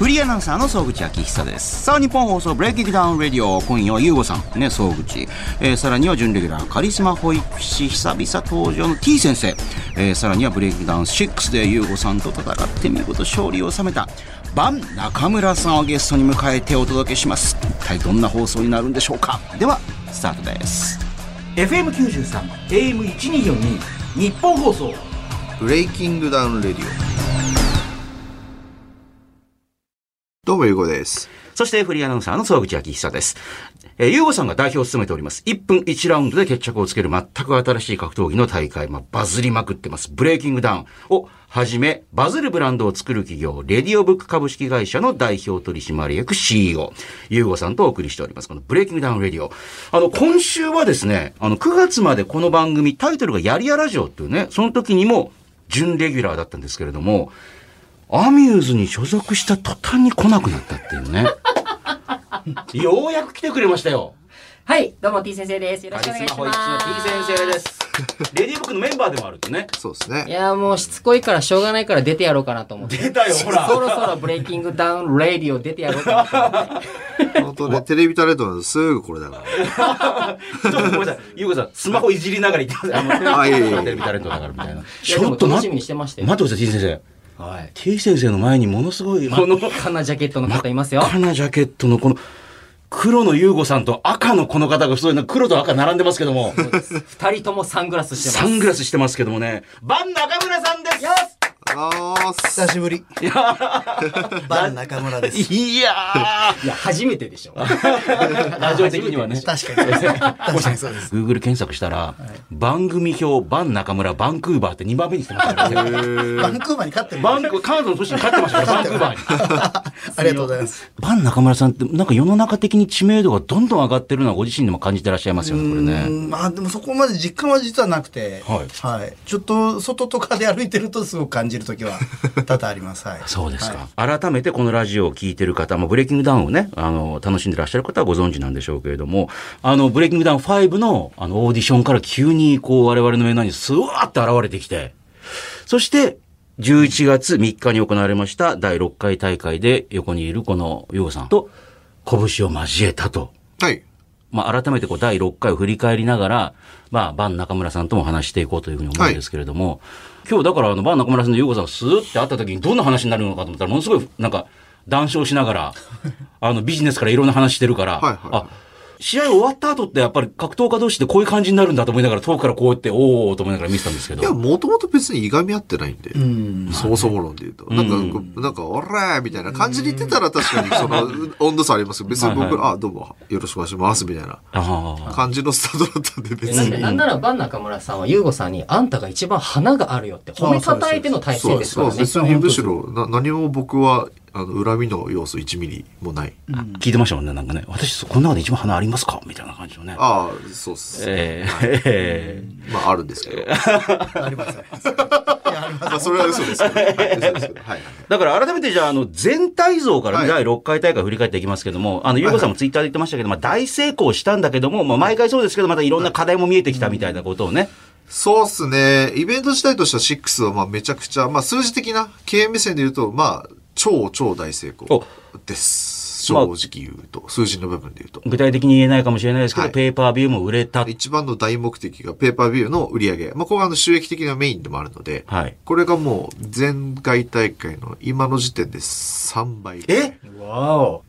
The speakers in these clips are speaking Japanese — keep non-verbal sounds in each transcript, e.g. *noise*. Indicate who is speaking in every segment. Speaker 1: ーアナウンサーの総口昭久ですさあ日本放送ブレイキングダウンレディオ今夜は優吾さんね総口、えーさらには準レギュラーカリスマ保育士久々登場の T 先生、えーさらにはブレイキングダウン6で優吾さんと戦って見事勝利を収めたバン中村さんをゲストに迎えてお届けします一体どんな放送になるんでしょうかではスタートです
Speaker 2: FM93 AM1242 日本放送
Speaker 3: ブレイキングダウンレディオどうもゆうこです
Speaker 1: そしてフリーアナウンサーの総口昭久です。えー、ゆうごさんが代表を務めております。1分1ラウンドで決着をつける全く新しい格闘技の大会、まあ、バズりまくってます。ブレイキングダウンをはじめ、バズるブランドを作る企業、レディオブック株式会社の代表取締役 CEO、ゆうごさんとお送りしております。このブレイキングダウンレディオ。あの、今週はですね、あの、9月までこの番組、タイトルがやりやラジオっていうね、その時にも、準レギュラーだったんですけれども、アミューズに所属した途端に来なくなったっていうね。ようやく来てくれましたよ。
Speaker 4: はい、どうも T 先生です。よろ
Speaker 1: カ
Speaker 4: しく
Speaker 1: リ
Speaker 4: お
Speaker 1: ス
Speaker 4: 願い
Speaker 1: マ
Speaker 4: し
Speaker 1: 保
Speaker 4: ま
Speaker 1: 育士の T
Speaker 4: す。
Speaker 1: 先生です。 *laughs* レディーブックのメンバーでもあるってね。
Speaker 3: そうです
Speaker 4: い
Speaker 3: ね
Speaker 4: や、もうしつこいからしょうがないから出てやろうかなと思って。
Speaker 1: 出たよ、ほら。
Speaker 4: そろそろブレイキングダウンレディオ出てやろうかなと思って。
Speaker 3: 本当ねテレビタレントなんてすぐこれだか
Speaker 1: *laughs* ちょっとごめんなさい。ゆうこさん、スマホいじりながら言ってください。 *laughs*
Speaker 3: らあいえいえい
Speaker 1: テレ
Speaker 3: え
Speaker 1: ビタレントだからみたいな。
Speaker 4: いやでも楽しみにしてましたよ。
Speaker 1: 待ってください、T 先生。
Speaker 4: はい。
Speaker 1: T 先生の前にものすごい、この、
Speaker 4: 真っ赤なジャケットの方いますよ。
Speaker 1: 赤なジャケットのこの、黒のゆうごさんと赤のこの方が、そういうの黒と赤並んでますけども、
Speaker 4: 二人ともサングラスしてます。
Speaker 1: サングラスしてますけどもね、バン中村さんですよ
Speaker 3: あ
Speaker 5: 久
Speaker 3: ー
Speaker 5: しぶり。バン中村です。
Speaker 1: いやー
Speaker 4: いや、初めてでしょ。
Speaker 1: *laughs* ラジオ的にはね。
Speaker 5: 確かに。 *laughs* 確かにそうです。
Speaker 1: Google 検索したら、番組表、バン中村、バンクーバーって2番目にしてましたからね。
Speaker 5: バンクーバーに勝ってる。
Speaker 1: バンク、カナダの都市に勝ってま *laughs* したから、バンクーバーに。
Speaker 5: *laughs* ありがとうございます。
Speaker 1: バン中村さんって、なんか世の中的に知名度がどんどん上がってるのはご自身でも感じてらっしゃいますよね、これ
Speaker 5: う
Speaker 1: ね。
Speaker 5: んまあでもそこまで実感は実はなくて、
Speaker 1: はい
Speaker 5: ちょっと外とかで歩いてるとすごく感じる時は多々あります。はい。
Speaker 1: そうですか
Speaker 5: は、
Speaker 1: 改めてこのラジオを聞いてる方、まあ、ブレイキングダウンをね、あの、楽しんでらっしゃる方はご存知なんでしょうけれども、あの、ブレイキングダウン5の、あの、オーディションから急に、こう、我々の目の前にスワーって現れてきて、そして、11月3日に行われました第6回大会で横にいるこのヨウさんと拳を交えたと。
Speaker 3: はい
Speaker 1: まあ、改めてこう第6回を振り返りながら、まあ、バン中村さんとも話していこうというふうに思うんですけれども、今日だからあの、バン中村さんと優子さんがスーって会った時にどんな話になるのかと思ったら、ものすごいなんか、談笑しなが
Speaker 3: *laughs*
Speaker 1: ら、あの、ビジネスからいろんな話してるから、
Speaker 3: はいはいはい
Speaker 1: あ、試合終わった後ってやっぱり格闘家同士ってこういう感じになるんだと思いながら、遠くからこうやって、おーおーと思いながら見てたんですけ
Speaker 3: いや、
Speaker 1: ど、
Speaker 3: もともと別にいがみ合ってないんで。そもそも論で言うと。なんか、こうなんか、おらーみたいな感じで言ってたら確かにその温度差ありますけど、別に
Speaker 1: はい
Speaker 3: 僕
Speaker 1: は
Speaker 3: ら、あ、どうも、よろしくお願いします、みたいな
Speaker 1: ああ、
Speaker 3: 感じのスタートだったんで、別
Speaker 4: なんで
Speaker 3: に。
Speaker 4: なんならバン中村さんはユーゴさんに、あんたが一番花があるよって褒めたたえての体制
Speaker 3: そう
Speaker 4: ですから
Speaker 3: そう、
Speaker 4: ね。
Speaker 3: 別にむしろ、な何も僕は、あの、恨みの要素1ミリもない。
Speaker 1: 聞いてましたもんね、なんかね。私、この中で一番花ありますかみたいな感じのね。
Speaker 3: ああ、そうっす。
Speaker 1: えーえー
Speaker 3: まあ、あるんですけど。
Speaker 5: あります。
Speaker 3: ま *laughs* あ、それは嘘ですけど。はい嘘ですけどは
Speaker 1: *laughs*
Speaker 3: い。
Speaker 1: だから改めてじゃあ、あの、全体像からね、
Speaker 3: はい
Speaker 1: 第6回大会振り返っていきますけども、あの、ゆうこさんもツイッターで言ってましたけど、まあ、大成功したんだけども、まあ、毎回そうですけど、またいろんな課題も見えてきたみたいなことをね。
Speaker 3: そうっすね。イベント自体としては6はまあめちゃくちゃ、まあ数字的な経営目線で言うと、まあ超超大成功です。正
Speaker 1: まあ
Speaker 3: 直言うと、数字の部分で言うと。
Speaker 1: 具体的に言えないかもしれないですけど、
Speaker 3: はい
Speaker 1: ペーパービューも売れた。
Speaker 3: 一番の大目的がペーパービューの売り上げ。まあ、これはあの収益的なメインでもあるので、
Speaker 1: はい
Speaker 3: これがもう前回大会の今の時点で3倍。
Speaker 1: え
Speaker 5: わお。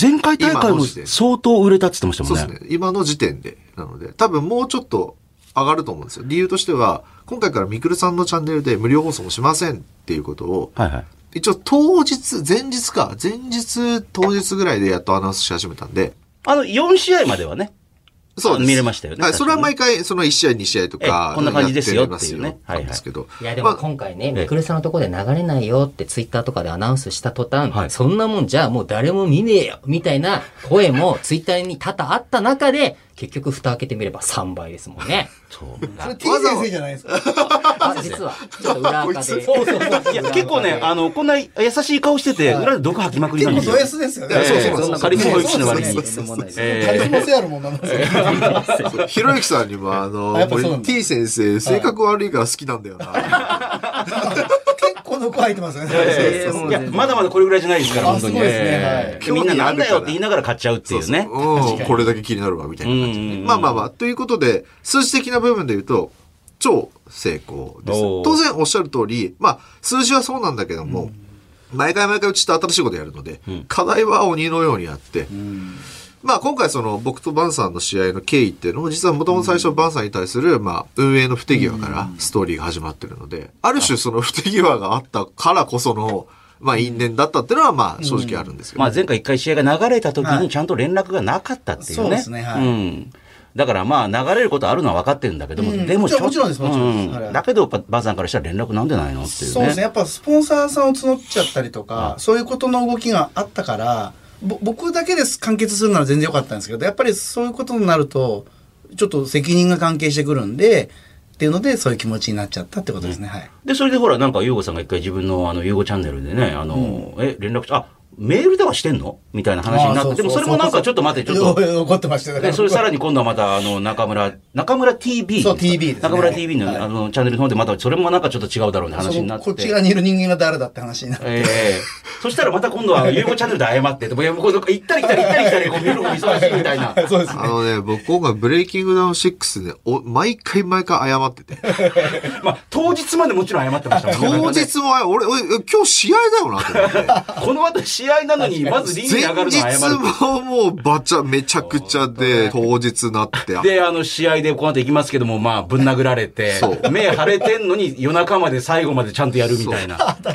Speaker 1: 前回大会
Speaker 3: 今
Speaker 1: も
Speaker 3: どうして
Speaker 1: 相当売れたって言ってまし
Speaker 3: そうで
Speaker 1: たも
Speaker 3: す
Speaker 1: んね。
Speaker 3: ね。今の時点で。なので、多分もうちょっと上がると思うんですよ。理由としては、今回からミクルさんのチャンネルで無料放送もしませんっていうことを、
Speaker 1: はいはい。
Speaker 3: 一応当日、前日か、前日、当日ぐらいでやっとアナウンスし始めたんで、
Speaker 1: あの、4試合まではね。
Speaker 3: そうです。
Speaker 1: 見れましたよね
Speaker 3: はい、
Speaker 1: 確
Speaker 3: そ
Speaker 1: かに
Speaker 3: れは毎回、その1試合、2試合と
Speaker 1: え
Speaker 3: か、
Speaker 1: えこんな感じですよっていうね
Speaker 3: やってますよなんですけど。
Speaker 4: いやでも
Speaker 3: まあ
Speaker 4: 今回ね、
Speaker 1: ええ
Speaker 4: みくるさんのところで流れないよってツイッターとかでアナウンスした途端、
Speaker 1: はい
Speaker 4: そんなもんじゃもう誰も見ねえよみたいな声もツイッターに多々あった中で、結局蓋開けてみれば3倍ですもんね。
Speaker 1: そう。
Speaker 5: それ T 先生じゃないですか。
Speaker 4: あ実は、ちょっと裏垢で。そうそうそう
Speaker 1: いや、結構ね、あの、こんな優しい顔してて、裏で毒吐きまくり
Speaker 5: 結
Speaker 1: なん
Speaker 5: 構
Speaker 1: ですよ
Speaker 5: ド S ですよね。
Speaker 1: ええ
Speaker 3: そうそうそう
Speaker 1: そんなカリスマ保育士の割に
Speaker 5: そうそうそうそう
Speaker 1: ええ
Speaker 5: カリスマ性あるもんなの。
Speaker 3: そうひろゆきさんにも、あの
Speaker 5: あやっ、ぱそうなんだ
Speaker 1: *laughs*
Speaker 3: 俺 T 先生、性格悪いから好きなんだよな。
Speaker 5: *laughs* 結構底入ってますよね。
Speaker 6: えーいや、まだまだこれぐらいじゃないですから、
Speaker 5: あ
Speaker 6: 本当に。
Speaker 5: そうですね
Speaker 6: えー
Speaker 3: はい
Speaker 6: みんななんだよって言いながら買っちゃうっていうね。
Speaker 3: うん、これだけ気になるわ、みたいな感じで
Speaker 6: うんうんうん
Speaker 3: まあまあまあ、ということで、数字的な部分で言うと、超成功です
Speaker 6: お。ー
Speaker 3: 当然おっしゃる通り、まあ、数字はそうなんだけども、毎回毎回うちと新しいことやるので、課題は鬼のようにあって、まあ今回その僕とバンさんの試合の経緯っていうのも実はもともと最初バンさんに対するまあ運営の不手際からストーリーが始まってるので、ある種その不手際があったからこそのまあ因縁だったっていうのはまあ正直あるんですけど。
Speaker 6: まあ、前回一回試合が流れた時
Speaker 5: は
Speaker 6: に
Speaker 5: い
Speaker 6: ちゃんと連絡がなかったっていうね。
Speaker 5: そうですねはい
Speaker 6: うん。だからまあ流れることあるのは分かってるんだけども、
Speaker 5: うん
Speaker 6: でも
Speaker 5: いやもちろんですもちろんです
Speaker 6: う
Speaker 5: はい
Speaker 6: だけどやっぱばあさんからしたら連絡なんでないのっていうね。
Speaker 5: そうですね。やっぱスポンサーさんを募っちゃったりとか、そういうことの動きがあったから、ぼ僕だけです完結するなら全然良かったんですけど、やっぱりそういうことになると、ちょっと責任が関係してくるんで、っていうので、そういう気持ちになっちゃったってことですね。はい。
Speaker 6: で、それでほら、なんか、ゆうごさんが一回自分の、あの、ゆうごチャンネルでね、あの、え、連絡し、あ、メールではしてんのみたいな話になって、でもそれもなんか、ちょっと待って、ち
Speaker 5: *laughs*
Speaker 6: ょっと。
Speaker 5: と。怒ってましたよね
Speaker 6: *laughs* で、それさらに今度はまた、あの、中村、中村 TV。
Speaker 5: そう TV ですね
Speaker 6: 中村 TV の、
Speaker 5: はい
Speaker 6: あの、チャンネルの方で、また、それもなんかちょっと違うだろうね、話になって。
Speaker 5: そのこっち側にいる人間が誰だって話になって。
Speaker 6: ええそしたらまた今度は、ゆうごチャンネルで謝って、でも、いやもうなんか行ったり来たり行ったり来たり、こう、見るのも忙しいみたい
Speaker 5: *laughs*
Speaker 6: な。
Speaker 5: *laughs* そうですね。
Speaker 3: あのね、僕今回ブレイキングダウン6で、お、毎回毎回謝ってて。
Speaker 6: まあ、当日までもちろん謝ってましたもん
Speaker 5: *laughs*
Speaker 6: ね。
Speaker 3: 当日も謝、俺、俺、今日試合だよなって思って。
Speaker 6: この後試合なのに、まずリングに上が
Speaker 3: 前
Speaker 6: るの謝るっていう。
Speaker 3: 日ももうバチャ、めちゃくちゃで、当日なって。
Speaker 6: で、あの、試合でこの後行きますけども、まあ、ぶん殴られて
Speaker 3: そ、う
Speaker 6: 目腫れてんのに夜中まで最後までちゃんとやるみたい
Speaker 5: *laughs*
Speaker 6: な。 *laughs*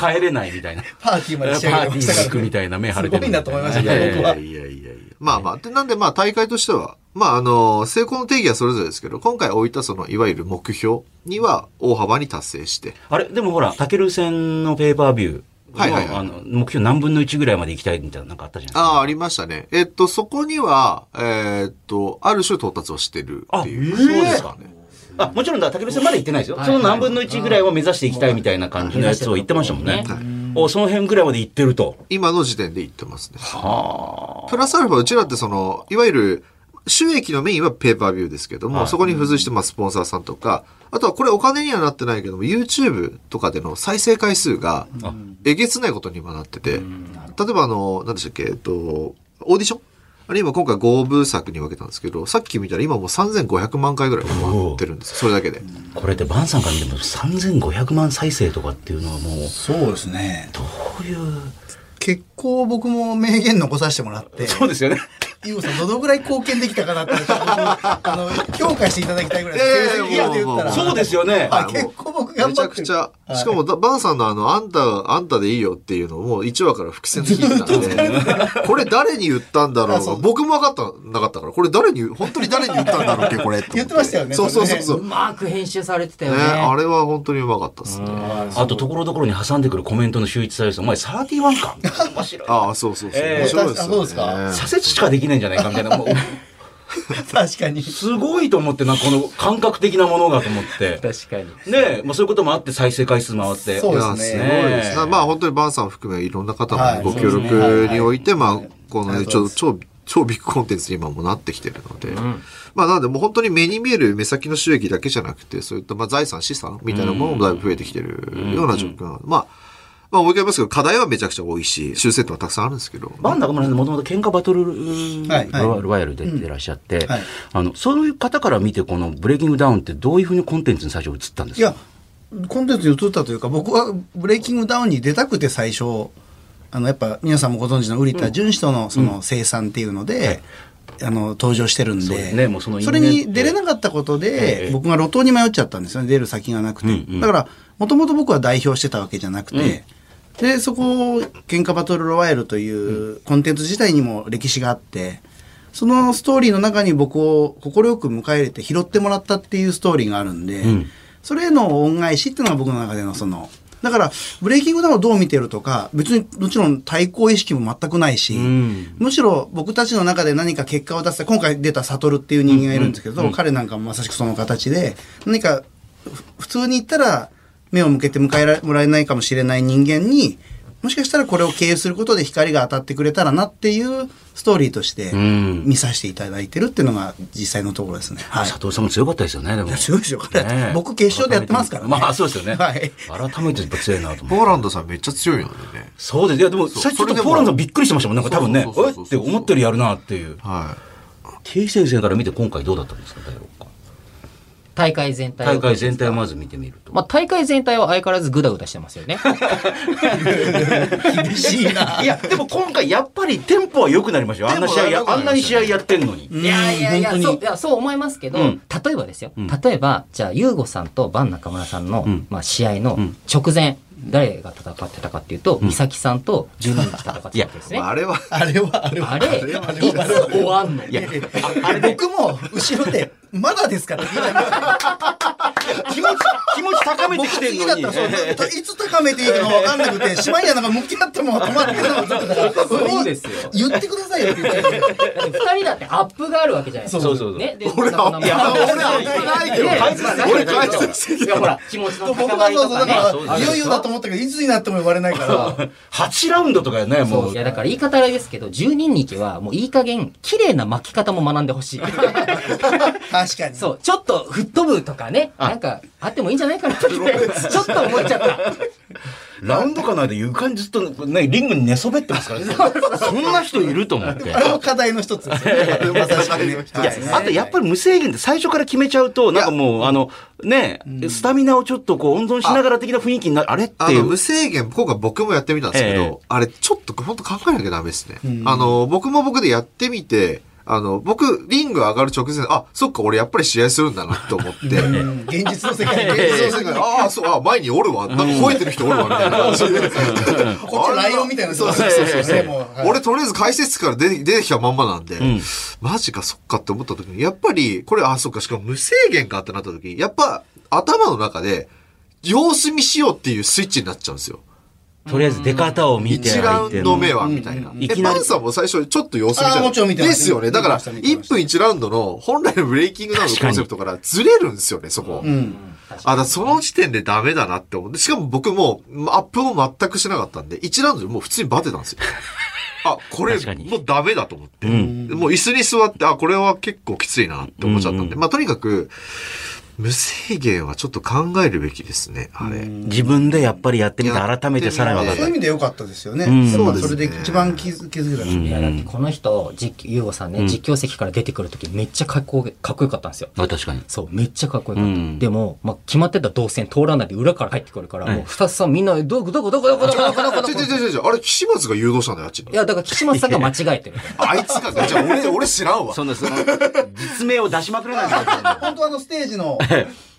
Speaker 6: 帰れないみたいな。
Speaker 5: パーティー
Speaker 6: パ
Speaker 5: まで
Speaker 6: ー
Speaker 5: 仕上げて
Speaker 6: ティー
Speaker 5: ま
Speaker 6: に
Speaker 5: した
Speaker 6: 行
Speaker 5: か
Speaker 6: く
Speaker 5: ら。
Speaker 6: みたいな目腫れて
Speaker 5: すごいなと思いました
Speaker 6: い
Speaker 5: け
Speaker 6: や
Speaker 5: ど
Speaker 6: いやい
Speaker 5: 僕
Speaker 6: や
Speaker 5: はい
Speaker 6: やいやいや。
Speaker 3: まあまあ。で、なんでまあ大会としては、まああの、成功の定義はそれぞれですけど、今回置いたその、いわゆる目標には大幅に達成して。
Speaker 6: あれでもほら、タケル戦のペーパービューの。
Speaker 3: はいはいはい
Speaker 6: あの、目標何分の1ぐらいまで行きたいみたいななんかあったじゃないですか。
Speaker 3: ああ、ありましたね。えっと、そこには、えーっと、ある種到達をしてる
Speaker 6: あ、
Speaker 3: っていう。
Speaker 6: そうですか。あ、もちろんだ、竹部さんまで行ってないですよ。その何分の1ぐらいは目指していきたいみたいな感じのやつを言ってましたもんね。お、その辺ぐらいまで行ってると。
Speaker 3: 今の時点で言ってますね。プラスアルファ、うちらってその、いわゆる、収益のメインはペーパービューですけども、そこに付随して、まあ、スポンサーさんとか、あとはこれお金にはなってないけども、YouTube とかでの再生回数が、えげつないことに今なってて、例えばあの、何でしたっけ、えっと、オーディションあれ今今回5部作に分けたんですけど、さっき見たら今もう3500万回ぐらい回ってるんですよそれだけで。
Speaker 6: これってバンさんから見ても3500万再生とかっていうのはもう、
Speaker 5: そうですね。
Speaker 6: どういう。
Speaker 5: 結構僕も名言残させてもら
Speaker 6: *laughs*
Speaker 5: って。
Speaker 6: そうですよね。
Speaker 5: ゆうさん、どのぐらい貢献できたかなって、あの、評価していただきたいぐらい
Speaker 3: いやいやいや
Speaker 5: 成績が出たら
Speaker 3: も
Speaker 6: そうですよね。
Speaker 5: あ結構僕頑
Speaker 3: めち
Speaker 5: 張
Speaker 3: ゃ
Speaker 5: っ
Speaker 3: く
Speaker 5: てる。
Speaker 3: ちゃ、しかもだ、バンさんのあの、あんた、あんたでいいよっていうのをもう1話から伏線で聞
Speaker 5: *laughs*
Speaker 3: いてたんで、これ誰に言ったんだろ
Speaker 5: あそうう
Speaker 3: 僕も分かった、なかったから、これ誰に、本当に誰に言ったんだろうっけ、これ。と思っ
Speaker 5: 言ってましたよね
Speaker 3: そうそうそうそ。
Speaker 5: そうれ
Speaker 4: う
Speaker 3: ね、
Speaker 4: まく編集されてたよね。
Speaker 3: あれは本当にうまかったですね。
Speaker 6: あと、ところどころに挟んでくるコメントの秀一さんですお前31か面白い。
Speaker 3: ああ、そうそうそう。
Speaker 6: えー
Speaker 3: 面白いですよ、ね。
Speaker 5: あそうですか
Speaker 6: 左折しかできないんじゃないかみたいな。もう
Speaker 5: 確かに。
Speaker 6: すごいと思ってな、この感覚的なものがと思って。
Speaker 5: *laughs*
Speaker 4: 確かに。
Speaker 6: ねえ、まあそういうこともあって再生回数もあって。
Speaker 5: そう
Speaker 3: い
Speaker 5: で
Speaker 3: や、
Speaker 5: す
Speaker 3: す
Speaker 5: ね
Speaker 3: ごいですね。まあ本当にバンさん含めいろんな方のご協
Speaker 5: はいそう
Speaker 3: 力
Speaker 5: ですね
Speaker 3: において、
Speaker 5: はい
Speaker 3: まあ、この
Speaker 5: あり
Speaker 3: ね、
Speaker 5: が
Speaker 3: ち
Speaker 5: と
Speaker 3: ょ
Speaker 5: うございま
Speaker 3: っと超、超ビッグコンテンツに今もなってきてるので。まあなのでもう本当に目に見える目先の収益だけじゃなくて、そういったまあ財産、資産みたいなものもだいぶ増えてきてるような状況なので、まあ、まあもう一回言いますけど、課題はめちゃくちゃ多いし、修正点はたくさんあるんですけど。
Speaker 6: バン中村さんもともと喧嘩バトルうー
Speaker 5: はいはい
Speaker 6: ロワロワイヤルで出てらっしゃって、
Speaker 5: はい
Speaker 6: あの、そういう方から見て、このブレイキングダウンってどういうふうにコンテンツに最初映ったんで
Speaker 5: い
Speaker 6: すか
Speaker 5: や、コンテンツに移ったというか、僕はブレイキングダウンに出たくて最初、あの、やっぱ皆さんもご存知の瓜田純氏とのその生産っていうので、あの、登場してるん
Speaker 6: そうで
Speaker 5: で、
Speaker 6: すねもうその因縁
Speaker 5: れに出れなかったことで、
Speaker 6: ええ
Speaker 5: 僕が路頭に迷っちゃったんですよね、出る先がなくて。
Speaker 6: うんうん
Speaker 5: だから、もともと僕は代表してたわけじゃなくて、で、そこを、喧嘩バトルロワイヤルというコンテンツ自体にも歴史があって、そのストーリーの中に僕を快く迎え入れて拾ってもらったっていうストーリーがあるんで、
Speaker 6: ん
Speaker 5: それへの恩返しっていうのが僕の中でのその、だから、ブレイキングダウンをどう見てるとか、別にもちろん対抗意識も全くないし、
Speaker 6: ん
Speaker 5: むしろ僕たちの中で何か結果を出した、今回出た悟るっていう人間がいるんですけど、彼なんかもまさしくその形で、何かふ普通に言ったら目を向けて迎えられもらえないかもしれない人間に、もしかしたらこれを経由することで光が当たってくれたらなっていうストーリーとして
Speaker 6: ん
Speaker 5: 見させていただいてるっていうのが実際のところですね。はい。
Speaker 6: 佐藤さんも強かったですよね、でも。
Speaker 5: 強いでしょ、彼
Speaker 6: ねえ
Speaker 5: 僕決勝でやってますからね。
Speaker 6: まあ、そうですよね。
Speaker 5: はい。
Speaker 6: 改めてやっぱ強いなと思
Speaker 3: ポー
Speaker 6: う。
Speaker 3: ランドさんめっちゃ強いよね。
Speaker 6: そうです。いや、でも、さっきちょ
Speaker 3: そ
Speaker 6: っ
Speaker 3: れで
Speaker 6: と
Speaker 3: も
Speaker 6: ポーランドさんびっくりしてましたもん。なんか多分ね
Speaker 3: そう、そうそ
Speaker 6: え
Speaker 3: うそう
Speaker 6: って思ったよりやるなっていう。
Speaker 3: は
Speaker 6: T 先生から見て今回どうだったんですか、第六回。
Speaker 4: 大会全体
Speaker 6: 大
Speaker 4: を
Speaker 6: 会全体をまず見てみると。
Speaker 4: まあ、大会全体は相変わらずグダグダしてますよね。
Speaker 5: 厳しいな。
Speaker 6: いや、でも今回やっぱりテンポは良くなりましたよ。あんな試合や、あんなに試合やってんのに。
Speaker 5: う
Speaker 4: い
Speaker 5: ん
Speaker 4: やいやいや、
Speaker 5: 本当
Speaker 4: そう
Speaker 5: に
Speaker 4: いやそう思いますけど、
Speaker 6: うん
Speaker 4: 例えばですよ、
Speaker 6: ん
Speaker 4: 例えば、じゃあ、ユーゴさんとバン中村さんの、
Speaker 6: ん
Speaker 4: まあ、試合の直前、誰が戦ってたかっていうと、美咲さんと12人で戦ってたわけです
Speaker 3: い。
Speaker 4: ね。
Speaker 3: まあ、あれは、
Speaker 5: あれは、あれは。
Speaker 4: あれ、いつ終わんのいや、
Speaker 5: あれ僕も後ろで、まだですから、
Speaker 6: 気持ち、気持ち高めて
Speaker 5: 僕
Speaker 6: きてん
Speaker 5: 次
Speaker 6: の
Speaker 5: だっ
Speaker 6: に。
Speaker 5: たらそうですいつ高めていいのか分かんなくて、島にはなんか向き合っても止まってるのもちょっとだから、
Speaker 4: そうですよ。
Speaker 5: 言ってくださいよって言って。
Speaker 4: だって二人だってアップがあるわけじゃないですか。
Speaker 6: そうそうそう
Speaker 4: ね、で、
Speaker 3: 俺は、いや、俺はないけど、
Speaker 4: ね
Speaker 3: 解説俺解説
Speaker 4: いや、ほら、気持ちの
Speaker 5: 僕
Speaker 4: 高ま
Speaker 5: は
Speaker 4: り
Speaker 5: そう
Speaker 4: と
Speaker 5: そう、だ
Speaker 4: かね。
Speaker 5: から、いよいよだと思ったけど、いつになっても言われないから、
Speaker 6: 8ラウンドとかやね、もう
Speaker 4: い。やだから言い方あれですけど、12日はもういい加減、綺麗な巻き方も学んでほしい。
Speaker 5: 確かに。
Speaker 4: そう、ちょっと吹っ飛ぶとかね、なんかあってもいいんじゃないかなって、ちょっと思っちゃった。
Speaker 6: ラウンドかなんて床にずっとね、リングに寝そべってますからね。 *laughs* そんな人いると思って。
Speaker 5: あれも課題の一つですよね。まさしくね
Speaker 6: いや
Speaker 5: はい、
Speaker 6: あとやっぱり無制限で最初から決めちゃうと、なんかもう、あの、ね、スタミナをちょっとこう温存しながら的な雰囲気になる、あれって
Speaker 3: あ
Speaker 6: い
Speaker 3: の、
Speaker 6: う
Speaker 3: 無。制限、今回僕もやってみたんですけど、
Speaker 6: ええ
Speaker 3: あれ、ちょっと本当考えなきゃダメですね。あの、僕も僕でやってみて、あの、僕、リング上がる直前、あ、そっか、俺やっぱり試合するんだなって思って、
Speaker 5: うん現実の世界
Speaker 3: え
Speaker 5: で。
Speaker 3: えそうそうそうああ、そう、あ前におるわ。なんか吠えてる人おるわ、みたいな感じで。
Speaker 5: こっちライオンみたいな。
Speaker 3: そう
Speaker 5: そ
Speaker 3: そうう
Speaker 5: そ
Speaker 3: そうう
Speaker 5: そう。もうはい
Speaker 3: 俺とりあえず解説室から出て出てきたまんまなんで、
Speaker 6: ん
Speaker 3: マジかそっかって思った時に、やっぱり、これ、あ、そっか、しかも無制限かってなった時に、やっぱ頭の中で、様子見しようっていうスイッチになっちゃうんですよ。
Speaker 6: とりあえず出方を見て
Speaker 3: 1ラウ
Speaker 6: 相手
Speaker 3: ン
Speaker 6: の。
Speaker 3: ド目は、みたいな。
Speaker 6: んい
Speaker 3: え、
Speaker 6: きな
Speaker 3: パ
Speaker 6: り
Speaker 3: ンさんも最初ちょっと様子見ち
Speaker 5: あ
Speaker 3: ゃ
Speaker 5: ー
Speaker 3: う。
Speaker 5: もちろん見てま
Speaker 3: で
Speaker 5: した
Speaker 3: すよね。だから、
Speaker 5: 見てました見て
Speaker 3: 1
Speaker 5: ました
Speaker 3: 分1ラウンドの本来のブレイキングダウンのコンセプトからずれるんですよね、そこ。
Speaker 5: うん。
Speaker 3: あ、だからその時点でダメだなって思って、しかも僕もうアップも全くしなかったんで、1ラウンドでもう普通にバテたんですよ。あ、これ
Speaker 6: 確かに
Speaker 3: もうダメだと思って。
Speaker 6: うん
Speaker 3: もう椅子に座って、あ、これは結構きついなって思っちゃったんで、
Speaker 6: うんうん
Speaker 3: まあとにかく、無制限はちょっと考えるべきですね、あれ。
Speaker 6: 自分でやっぱりやってみて、改めてさらに分かっ
Speaker 5: そういう
Speaker 6: た
Speaker 5: 意。味で良かったですよね。
Speaker 6: うん
Speaker 5: やっぱ
Speaker 3: そうですね
Speaker 5: それで一番気づ気づけたし
Speaker 4: いやだってこの人、実ユーゴさんね、実況席から出てくるときめっちゃかっこかっこよかったんですよ。
Speaker 6: あ確かに。
Speaker 4: そう、めっちゃかっこよかった。
Speaker 6: うん
Speaker 4: でも、まあ、決まってた動線通らないで裏から入ってくるから、もう、スタッフさんみんな、どこどこどこどこどこどこどこどこ
Speaker 3: ちょちょちょちょちょ、あれ、岸松が誘導したんだよ、あっちに
Speaker 4: い。や、だから、岸本さんが間違えてる。
Speaker 3: あいつが、じゃあ
Speaker 5: *laughs*
Speaker 3: 俺、俺知らんわ。
Speaker 6: そんな、その、実名を出しまくれないんですよ。
Speaker 5: 本当はあのステージの、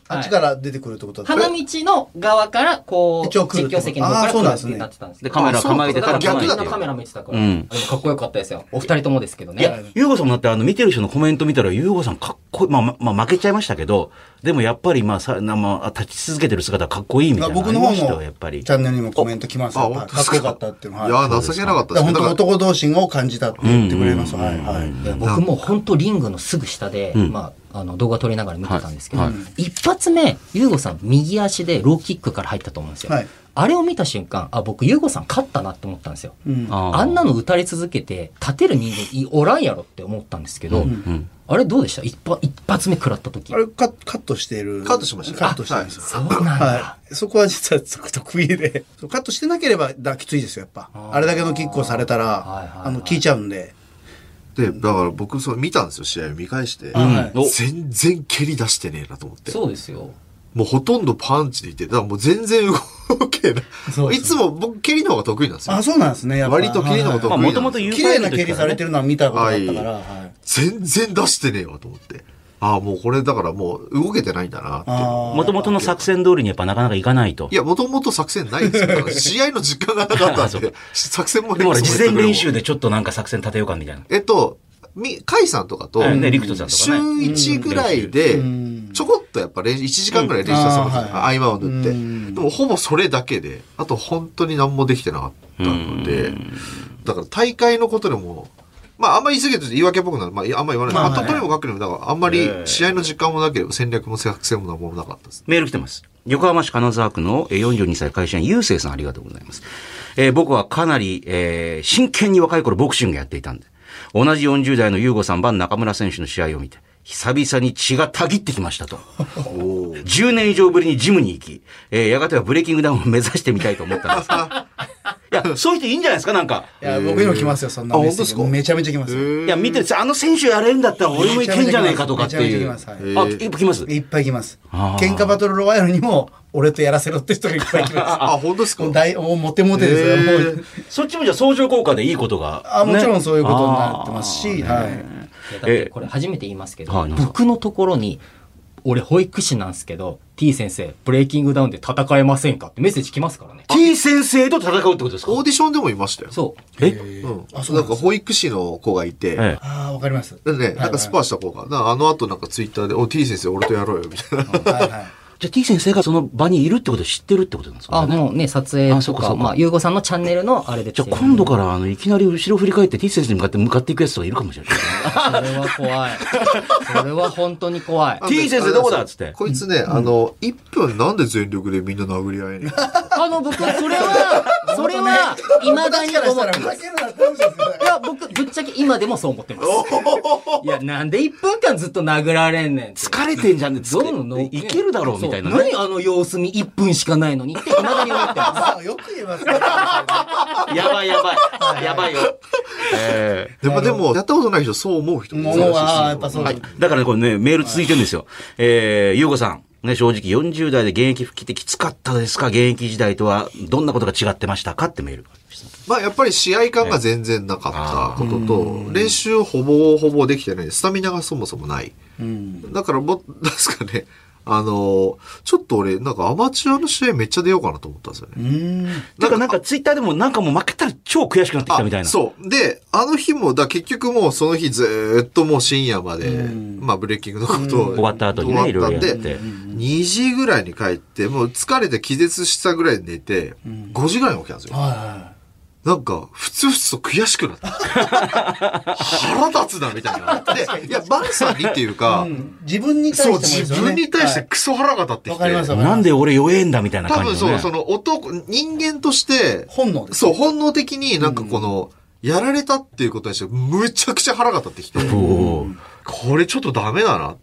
Speaker 5: あっちから出てくるってことだった
Speaker 4: 花道の側から、こう、
Speaker 5: 一
Speaker 4: 実
Speaker 5: 応来るって
Speaker 4: 況
Speaker 5: こと
Speaker 4: 席の方から
Speaker 5: あーそうなん
Speaker 4: 来るっ
Speaker 5: です
Speaker 4: て
Speaker 5: ね
Speaker 4: なってたんですけ
Speaker 6: で、
Speaker 4: ど。
Speaker 6: カメラ構えてたら
Speaker 3: あそう
Speaker 6: 構
Speaker 3: か
Speaker 6: え
Speaker 4: み
Speaker 6: て
Speaker 4: ん
Speaker 6: た
Speaker 4: なカメラ見てたから、
Speaker 6: うん
Speaker 4: あれもかっこよかったですよ。お二人ともですけどね。
Speaker 6: ゆうごさんもだって、あの、見てる人のコメント見たら、ゆうごさんかっこいい。まあ、ままあ、負けちゃいましたけど、でもやっぱり、まあ、さ、なまあ、立ち続けてる姿かっこいいみたいな。
Speaker 5: 僕の方
Speaker 6: ありました
Speaker 5: も
Speaker 6: よやっぱり。
Speaker 5: チャンネルにもコメント来ます
Speaker 3: あ
Speaker 5: よ
Speaker 3: 本
Speaker 5: か
Speaker 3: 当で
Speaker 5: っ
Speaker 3: す
Speaker 5: こ
Speaker 3: か
Speaker 5: よかったっていうのはい
Speaker 3: や、情けなかったですね
Speaker 5: 本
Speaker 3: だ
Speaker 5: 当
Speaker 3: から
Speaker 5: 男同士を感じたって言ってくれます。はいはい。
Speaker 4: いや僕も本当リングのすぐ下で、
Speaker 6: うん
Speaker 4: まあ、あの動画撮りながら見てたんですけど、
Speaker 6: はい
Speaker 4: 一発目、ユーゴさん右足でローキックから入ったと思うんですよ。
Speaker 5: はい
Speaker 4: あれを見た瞬間、あ、僕ユーゴさん勝ったなって思ったんですよ。
Speaker 5: うん
Speaker 6: あー
Speaker 4: あんなの打たれ続けて、立てる人間いおらんやろって思ったんですけど、
Speaker 6: うん。
Speaker 4: あれどうでした一発一発目食らった時
Speaker 5: あ。れカカットしてる。
Speaker 3: カットしました
Speaker 5: カットしてるんですよ。
Speaker 4: そうなんだ。
Speaker 5: はい。そこは実は得意で。そうカットしてなければだきついですよ、やっぱ。
Speaker 4: あー
Speaker 5: あれだけのキックをされた
Speaker 4: はいはいは
Speaker 5: ら、
Speaker 4: い
Speaker 5: あの、効いちゃうんで。
Speaker 3: で、だから僕、そう見たんですよ、試合を見返して。
Speaker 5: はい
Speaker 6: お
Speaker 3: 全然蹴り出してねえなと思って。
Speaker 4: そうですよ。
Speaker 3: もうほとんどパンチでいって、だからもう全然動けない。
Speaker 5: そう
Speaker 3: いつも僕、蹴りの方が得意なんですよ
Speaker 5: あ、。そうなんですね、やっぱ
Speaker 3: 割と蹴りのこと
Speaker 6: まあ、もともと言う
Speaker 5: 綺麗な蹴りされてるのは見たことあったから。
Speaker 3: は
Speaker 5: はい
Speaker 3: 全然出してねえわと思って。ああ、もうこれだからもう動けてないんだなって。
Speaker 5: あー
Speaker 6: もともとの作戦通りにやっぱなかなかいかないと
Speaker 3: い。や、もともと作戦ないんですよ。試合の時間がな
Speaker 5: *laughs*
Speaker 3: かったん
Speaker 6: あそう
Speaker 3: で、作戦も
Speaker 6: でもほら、事前練習
Speaker 3: で。
Speaker 6: でちょっとなんか作戦立てようかみたいな。
Speaker 3: えっと、み、カイさんとかと、
Speaker 6: うんね、リクトちゃんと
Speaker 3: 週
Speaker 6: かね。
Speaker 3: 1ぐらいで
Speaker 5: ん、
Speaker 3: ちょこっとやっぱ練習、1時間ぐらい練習したんですよ
Speaker 5: うん
Speaker 3: 合間を塗って。
Speaker 5: うん
Speaker 3: でもほぼそれだけで、あと本当に何もできてなかったので、だから大会のことでも、まああんまり言い過ぎると言い訳っぽくなる。まああんまり言わない。
Speaker 5: まあ
Speaker 3: まあ、
Speaker 5: はい
Speaker 3: とにもかくにも、だからあんまり試合の時間もなければ戦略も作戦も何もなかったです。
Speaker 6: メール来てます。横浜市金沢区のえー42歳会社員、ゆうせいさんありがとうございます。えー僕はかなり、えー真剣に若い頃ボクシングやっていたんで、同じ40代のゆうごさん番中村選手の試合を見て、久々に血がたぎってきまし
Speaker 5: *laughs*
Speaker 6: たと。10年以上ぶりにジムに行き、えーやがてはブレイキングダウンを目指してみたいと思った
Speaker 5: *laughs*
Speaker 6: んですけど。いや、そういう人いいんじゃないですか、なんか。
Speaker 5: いや、僕にも来ますよ、そんな
Speaker 3: あ
Speaker 5: メッセージ
Speaker 3: 本当ですか
Speaker 5: めちゃめちゃ来ますよ。
Speaker 6: いや、見てる、あの選手やれるんだったら俺もいけんじゃないかとかっていう。
Speaker 5: めちゃめちゃ来
Speaker 6: あ、いっぱい来ます。
Speaker 5: いっぱい来ます。
Speaker 6: あー
Speaker 5: 喧嘩バトルロワイヤルにも、俺とやらせろって人がいっぱい来ま
Speaker 3: *laughs* あ、本当です
Speaker 5: す。
Speaker 3: か
Speaker 5: もう大、もうモテモテですよ、
Speaker 3: へー
Speaker 5: もう
Speaker 6: そっちもじゃあ相乗効果でいいことが。
Speaker 5: あもちろんそういうことになってます
Speaker 6: ね
Speaker 5: し、
Speaker 6: あー
Speaker 5: はい。
Speaker 4: いやだってこれ初めて言いますけど、
Speaker 6: はいなんすか
Speaker 4: 僕のところに、俺保育士なんですけど、T 先生、ブレイキングダウンで戦えませんかってメッセージ来ますからね。
Speaker 6: T 先生と戦うってことですか
Speaker 3: オーディションでもいましたよ。
Speaker 4: そう。
Speaker 6: え
Speaker 3: うん。
Speaker 5: あ
Speaker 3: あ、
Speaker 5: そ
Speaker 3: そうう、な
Speaker 5: な
Speaker 3: んん
Speaker 5: で
Speaker 3: か保育士の子がいて、
Speaker 6: え
Speaker 5: ああ、わかります。
Speaker 3: でね、なんかスパーした子が、なんかあの後なんかツイッターで、お、T 先生俺とやろうよ、みたいな。
Speaker 5: はいはい。
Speaker 6: じゃあ T 先生がその場にいるってことを知ってるってことなんですか
Speaker 4: あ、
Speaker 6: ね
Speaker 4: もうね、撮影
Speaker 6: あそ
Speaker 4: と
Speaker 6: うかそ
Speaker 4: か、
Speaker 6: うか
Speaker 4: まあ、ゆうごさんのチャンネルのあれで
Speaker 6: じ
Speaker 4: 来
Speaker 6: ゃ
Speaker 4: て
Speaker 6: あ
Speaker 4: る
Speaker 6: 今度からあのいきなり後ろ振り返って T 先生に向かって向かっていくやつとかいるかもしれない。
Speaker 4: それは怖い。 *laughs* それは本当に怖い。
Speaker 6: T 先生どこだっつって
Speaker 3: こいつね、あの、1分なんで全力でみんな殴り合えね
Speaker 4: あの、僕は、 *laughs* それは、それは、未だに思ってます。いや、僕、ぶっちゃけ今でもそう思ってます。いや、なんで1分間ずっと殴られんねんって。
Speaker 6: *laughs* 疲れてんじゃんね。
Speaker 4: どんどん
Speaker 6: いけるだろうみたいな
Speaker 4: そう
Speaker 6: ね。
Speaker 4: 何あの様子見1分しかないのにって、未だに思ってます。
Speaker 5: あよく言いますね。
Speaker 6: やばいやばい。やばいよ。ええ
Speaker 3: え。やっぱでも、やったことない人、そう思う人
Speaker 5: も
Speaker 3: も
Speaker 5: う
Speaker 3: 珍しいし。
Speaker 5: ああ、やっぱそうだ。
Speaker 6: だからね、これね、メール続いてるんですよ。えー、ゆうこさん。ね、正直40代で現役復帰ってきつかったですか現役時代とはどんなことが違ってましたかってメールが来てます
Speaker 3: まあやっぱり試合感が全然なかったことと、練習ほぼほぼできてない。スタミナがそもそもない。
Speaker 5: うん。
Speaker 3: だからも、 *laughs* なんですかね、あの、ちょっと俺、なんかアマチュアの試合めっちゃ出ようかなと思ったんですよね。
Speaker 5: うん。
Speaker 6: だからなんかツイッターでもなんかもう負けたら超悔しくなってきたみたいな。
Speaker 3: あそう。で、あの日も、だ結局もうその日ずーっともう深夜まで、まあブレーキングのことを、
Speaker 6: 終わった後にね、い
Speaker 3: 終わ
Speaker 6: ろ
Speaker 3: っ
Speaker 6: い
Speaker 3: たん
Speaker 6: ろやっ
Speaker 3: で、
Speaker 6: て。
Speaker 3: 2時ぐらいに帰って、もう疲れて気絶したぐらいに寝て、5時ぐらいに起きたんですよ。
Speaker 5: は
Speaker 3: なんか、ふつふつと悔しくなった。腹立つな、みたいな。で、いや、バンさんにっていう
Speaker 5: い
Speaker 3: か、
Speaker 5: はい。うん自分に対して
Speaker 3: そ
Speaker 5: も
Speaker 3: う、
Speaker 5: ですよね。
Speaker 3: 自分に対して
Speaker 5: はい
Speaker 3: クソ腹が立ってき
Speaker 5: わ
Speaker 3: て、
Speaker 5: かりますわかります。
Speaker 6: なんで俺弱えんだみたいな
Speaker 3: 多
Speaker 6: 感じ
Speaker 3: 分
Speaker 6: の
Speaker 3: そう、
Speaker 6: ね
Speaker 3: その男、人間として、
Speaker 5: 本能です。
Speaker 3: そう、本能的になんかこの、やられたっていうことにして、むちゃくちゃ腹が立ってきて、
Speaker 6: おー
Speaker 3: これちょっとダメだなっ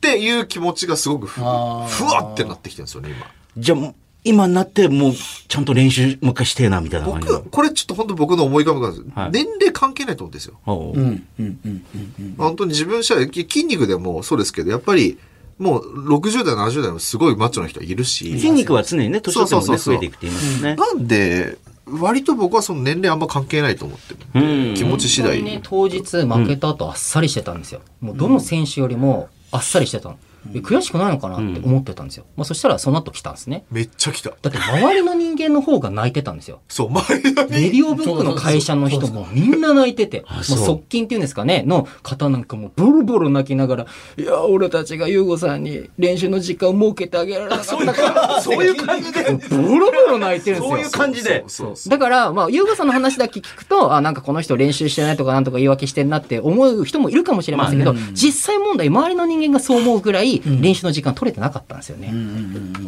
Speaker 3: ていう気持ちがすごくふ、ふ
Speaker 5: あー
Speaker 3: わってなってきてるんですよね、今。
Speaker 6: じゃあ、今になってもうちゃんと練習もう一回してえなみたいな感じの
Speaker 3: 僕、。これちょっと本当僕の思い浮かぶ感じです、
Speaker 6: はい
Speaker 3: 年齢関係ないと思うんですよ。
Speaker 6: おう
Speaker 5: うん。うん。うん。うん。うん。
Speaker 3: 本当に自分しゃ、き筋肉でもそうですけど、やっぱり、もう60代、70代もすごいマッチョな人はいる
Speaker 6: 筋
Speaker 3: し、
Speaker 6: 肉は常にね、年取っても
Speaker 3: そうそうそう
Speaker 6: ね、増えていくって言いますよね。
Speaker 3: なんで、割と僕はその年齢あんま関係ないと思ってるんで
Speaker 6: うん
Speaker 3: 気持ち次第。
Speaker 4: ね、当日負けた後あっさりしてたんですよ。もうどの選手よりもあっさりしてたの。で悔しくないのかなって思ってたんですよ。まあそしたらその後来たんですね。
Speaker 3: めっちゃ来た。
Speaker 4: だって周りの人間の方が泣いてたんですよ。
Speaker 3: そう、前の
Speaker 4: レディオブックの会社の人もみんな泣いてて、もう
Speaker 6: そう
Speaker 4: 側近っていうんですかね、の方なんかもうボロボロ泣きながら、いや、俺たちがユーゴさんに練習の時間を設けてあげられなかったから、
Speaker 6: そういう感じで、
Speaker 4: *laughs* ボロボロ泣いてるんですよ。
Speaker 6: *laughs* そういう感じで。
Speaker 3: そうそう
Speaker 4: だから、まあ、優吾さんの話だけ聞くと、あ、なんかこの人練習してないとかなんとか言い訳してんなって思う人もいるかもしれませんけど、実際問題、周りの人間がそう思うぐらい練習の時間取れてなかったんですよね。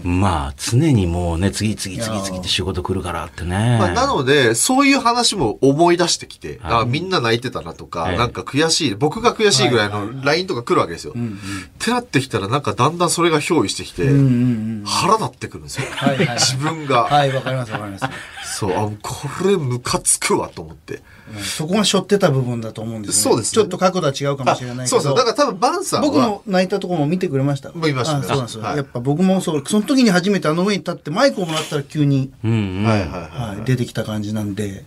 Speaker 6: まあ、常にもうね、次々次々って仕事来るからってね。
Speaker 3: まあ、なので、そういう話も思い出してきて、あみんな泣いてたなとか、
Speaker 6: はい
Speaker 3: なんか悔しい、僕が悔しいぐらいの LINE とか来るわけですよ。ってなってきたら、なんかだんだんそれが憑依してきて、
Speaker 5: うん。うん。
Speaker 3: 腹立ってくるんですよ。
Speaker 5: はいはいは
Speaker 3: *laughs*
Speaker 5: い
Speaker 3: 自分が。
Speaker 5: はい、わかります、わかります。
Speaker 3: そう、あ、これムカつくわと思って。
Speaker 5: そこが背負ってた部分だと思うんですよ
Speaker 3: そうですね
Speaker 5: ちょっと角度は違うかも
Speaker 3: あ
Speaker 5: しれないけど。
Speaker 3: そうそう。だから多分、バンさんは。
Speaker 5: 僕の泣いたところも見てくれました。
Speaker 3: 見ました
Speaker 5: あそうなんですよ。
Speaker 3: はい
Speaker 5: やっぱ僕もそう、その時に初めてあの上に立ってマイクをもらったら急に、
Speaker 6: うんうん。
Speaker 3: はいはいはい。
Speaker 5: はい、出てきた感じなんで。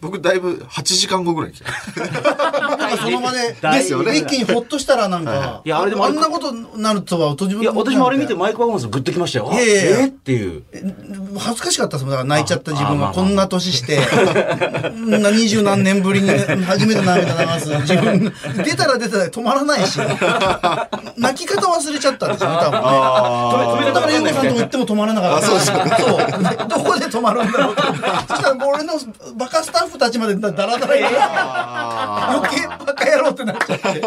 Speaker 3: 僕、だいぶ8時間後ぐらいに来
Speaker 5: *laughs*
Speaker 3: た。
Speaker 5: なんかその場で、
Speaker 6: 大
Speaker 3: ですよね
Speaker 5: 一気にほっとしたらなんか、
Speaker 6: いいやあれでも
Speaker 5: あんなことになるとは、と自分
Speaker 6: いや、私もあれ見て
Speaker 5: も。
Speaker 6: マイクパフォーマンスグッときましたよ。
Speaker 5: いやいやいや
Speaker 6: えーっていう。
Speaker 5: 恥ずかしかったですもん。だから泣いちゃった自分
Speaker 6: あ
Speaker 5: が
Speaker 6: あ
Speaker 5: こんな年して、 *laughs* んな二十何年ぶりに初めて涙流す自分、出たら出たで止まらないし、泣き方忘れちゃったんですよね、多分ね。
Speaker 6: 止め止め
Speaker 5: だ
Speaker 6: 方
Speaker 5: から、
Speaker 6: わか
Speaker 5: ゆ
Speaker 6: ん
Speaker 5: う
Speaker 6: な
Speaker 5: こ
Speaker 6: い
Speaker 5: さんとも行っても止まらなかった。そうどこで止まるんだろうと。そしたら、俺のバカスタッッフたちまでだだらだらいるから余計バカ野郎ってなっちゃって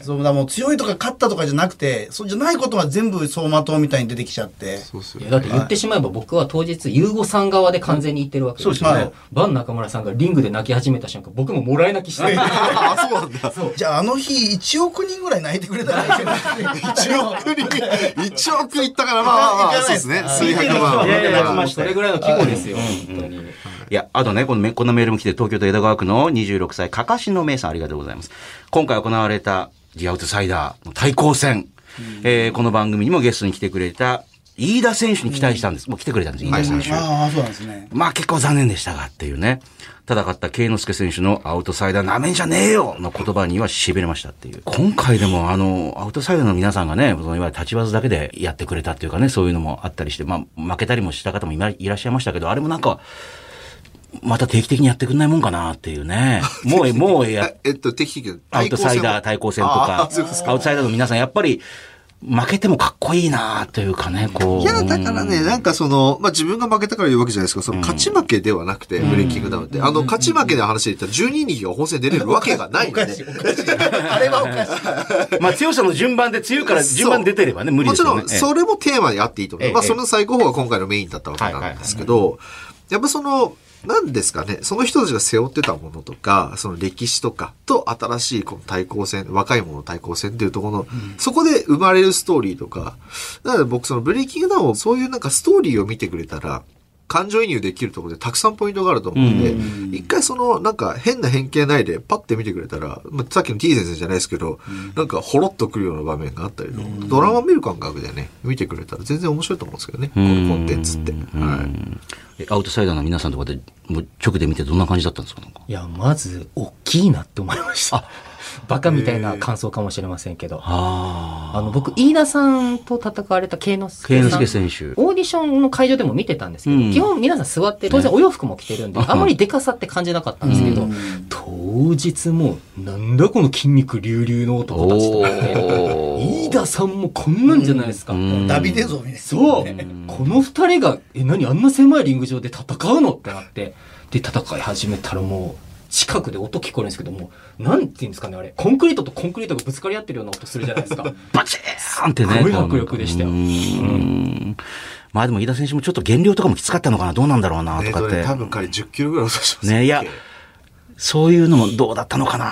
Speaker 5: そうだもう強いとか勝ったとかじゃなくてそうじゃないことは全部走馬灯みたいに出てきちゃって
Speaker 3: そうっすよ
Speaker 4: いや
Speaker 3: ね
Speaker 4: だって言ってしまえば僕は当日、ゆうごさん側で完全に言ってるわけですけど、
Speaker 5: そうですね
Speaker 4: バン中村さんがリングで泣き始めた瞬間、僕ももらい泣きして *laughs* る。
Speaker 3: あそうなんだ
Speaker 5: じゃああの日1億人ぐらい泣いてくれたらいいけど1億
Speaker 3: 国一億いったからまあまあまあ
Speaker 5: いかない
Speaker 3: そうですね
Speaker 5: あー
Speaker 3: 水白まあまあ
Speaker 1: いやいやいやまあ
Speaker 4: それぐらいの規模ですよ、本当に。
Speaker 6: いや、あとね、このメこのメールも来て、東京都江戸川区の26歳、かかしのめいさん、ありがとうございます。今回行われた、ジアウトサイダーの対抗戦、えーこの番組にもゲストに来てくれた、飯田選手に期待したんです。もう来てくれたんです、飯田選手。
Speaker 5: ああそうなんですね
Speaker 6: まあ結構残念でしたがっていうね。戦った慶之助選手のアウトサイダーなめんじゃねえよの言葉には痺れましたっていう。今回でもあの、アウトサイダーの皆さんがね、そのいわゆる立ち技だけでやってくれたっていうかね、そういうのもあったりして、まあ負けたりもした方もいまいらっしゃいましたけど、あれもなんか、また定期的にやってくんないもんかなっていう
Speaker 3: *laughs*
Speaker 6: ね。もう、もうや
Speaker 3: あ、えっと適宜
Speaker 6: アウトサイダー対抗戦とか
Speaker 3: あーそうです、
Speaker 6: アウトサイダーの皆さんやっぱり、負けてもかっこいいなというかね、こう。
Speaker 3: いや、だからね、なんかその、まあ、自分が負けたから言うわけじゃないですか、その勝ち負けではなくて、ブレイキングダウンって、あの、勝ち負けの話で言ったら12人が本戦出れるわけがないんでね。
Speaker 5: *laughs* あれはおかしい
Speaker 6: *laughs* まあ、強さの順番で、強いから順番出てればね、無理
Speaker 3: も
Speaker 6: で
Speaker 3: ち
Speaker 6: すよ
Speaker 3: ろ
Speaker 6: ね。
Speaker 3: ん、それもテーマにあっていいと思
Speaker 6: え
Speaker 3: う。
Speaker 6: え
Speaker 3: まあ、
Speaker 6: ええ
Speaker 3: その最高峰が今回のメインだったわけなんですけど、やっぱその、なんですかね、その人たちが背負ってたものとか、その歴史とかと新しいこの対抗戦、若い者の対抗戦っていうところの、そこで生まれるストーリーとか、なので僕そのブレイキングダウンをそういうなんかストーリーを見てくれたら、感情移入できるところでたくさんポイントがあると思うんで、一回そのなんか変な偏見ないでパッて見てくれたら、まあ、さっきの T 先生じゃないですけど、なんかほろっとくるような場面があったりとか、ドラマ見る感覚でね、見てくれたら全然面白いと思うんですけどね、このコンテンツって。はい。
Speaker 6: えアウトサイダーの皆さんとかで、もう直で見てどんな感じだったんですかなんか
Speaker 4: いや、まず、大きいなって思いました。バカみたいな感想かもしれませんけど。
Speaker 6: あ
Speaker 4: あの、僕、飯田さんと戦われた慶之
Speaker 6: あ。慶
Speaker 4: 助
Speaker 6: 之
Speaker 4: さん
Speaker 6: 助。選手。
Speaker 4: オーディションの会場でも見てたんですけど、
Speaker 6: うん
Speaker 4: 基本皆さん座って、当然お洋服も着てるんで、
Speaker 6: うん
Speaker 4: あまりでかさって感じなかったんですけど、当日も、なんだこの筋肉隆々の男たちと思って、飯田さんもこんなんじゃないですか。
Speaker 6: うん
Speaker 5: ダビデ像みたいな
Speaker 4: そう、この二人が、え、何あんな狭いリング上で戦うのってなって、で、戦い始めたらもう、近くで音聞こえるんですけどもう、なんていうんですかね、あれ、コンクリートとコンクリートがぶつかり合ってるような音するじゃない
Speaker 6: *laughs*
Speaker 4: ですか。
Speaker 6: バチーンってね。
Speaker 4: すごい迫力でしたよ
Speaker 6: うーんまあでも、飯田選手もちょっと減量とかもきつかったのかな、どうなんだろうな、
Speaker 3: え
Speaker 6: と
Speaker 3: っと
Speaker 6: かって
Speaker 3: ね、。多分彼10キロぐらい落としてます
Speaker 6: ね、いや、そういうのもどうだったのかな。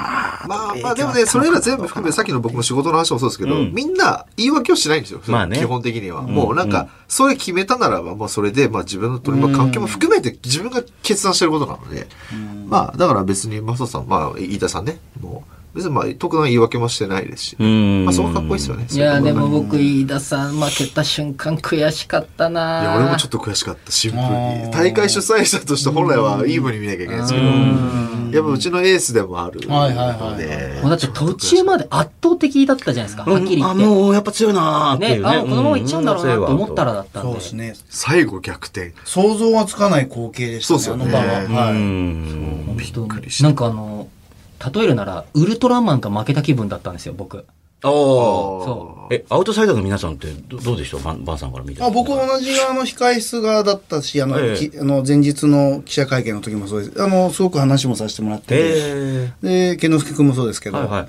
Speaker 3: まあまあでもね、それら全部含め、さっきの僕の仕事の話もそうですけど、みんな言い訳をしないんですよ。
Speaker 6: まあね
Speaker 3: 基本的には。もうなんか、それ決めたならば、もうそれで、まあ自分の取り巻き環境も含めて自分が決断してることなので、まあだから別に、マサさん、まあ、飯田さんね、もう、別にまあ、特段言い訳もしてないですし、
Speaker 6: うん
Speaker 3: まあそこがかっこいいですよね。
Speaker 4: いや
Speaker 3: そう
Speaker 4: で
Speaker 3: うところ
Speaker 4: も
Speaker 3: が
Speaker 4: 僕飯田さん負けた瞬間悔しかったない
Speaker 3: や、俺もちょっ
Speaker 4: と
Speaker 3: と悔しかった、シンプルに。大会主催者として本来はイーブンに見なきゃいけないんですけど、やっぱうちのエースでもある
Speaker 5: はいはいはい
Speaker 3: ので
Speaker 4: だって途中まで圧倒的だったじゃないですかはっきり言って、
Speaker 6: あ、もうやっぱ強いなーってい
Speaker 4: ね
Speaker 6: うね。
Speaker 4: あもうこのままいっちゃうんだろうなと思ったらだったんで、
Speaker 5: そうですね
Speaker 3: 最後逆転。
Speaker 5: 想像がつかない光景でしたね
Speaker 3: そうっすよね
Speaker 5: あの場は、
Speaker 6: う
Speaker 5: はい
Speaker 6: ん。
Speaker 4: 本当
Speaker 3: びっく
Speaker 4: に
Speaker 3: りした
Speaker 4: なんかあの例えるならウルトラマンが負けた気分だったんですよ僕
Speaker 6: おー
Speaker 4: そ
Speaker 6: え、アウトサイダーの皆さんってどどうでしたバンバンさんから見て。
Speaker 5: あ僕は同じ側の控え室側だったしあの、
Speaker 6: ええ
Speaker 5: きあの前日の記者会見の時もそうですあのすごく話もさせてもらってて、
Speaker 6: え
Speaker 5: で健之介君もそうですけ
Speaker 6: ー
Speaker 5: ど、
Speaker 6: はいはい。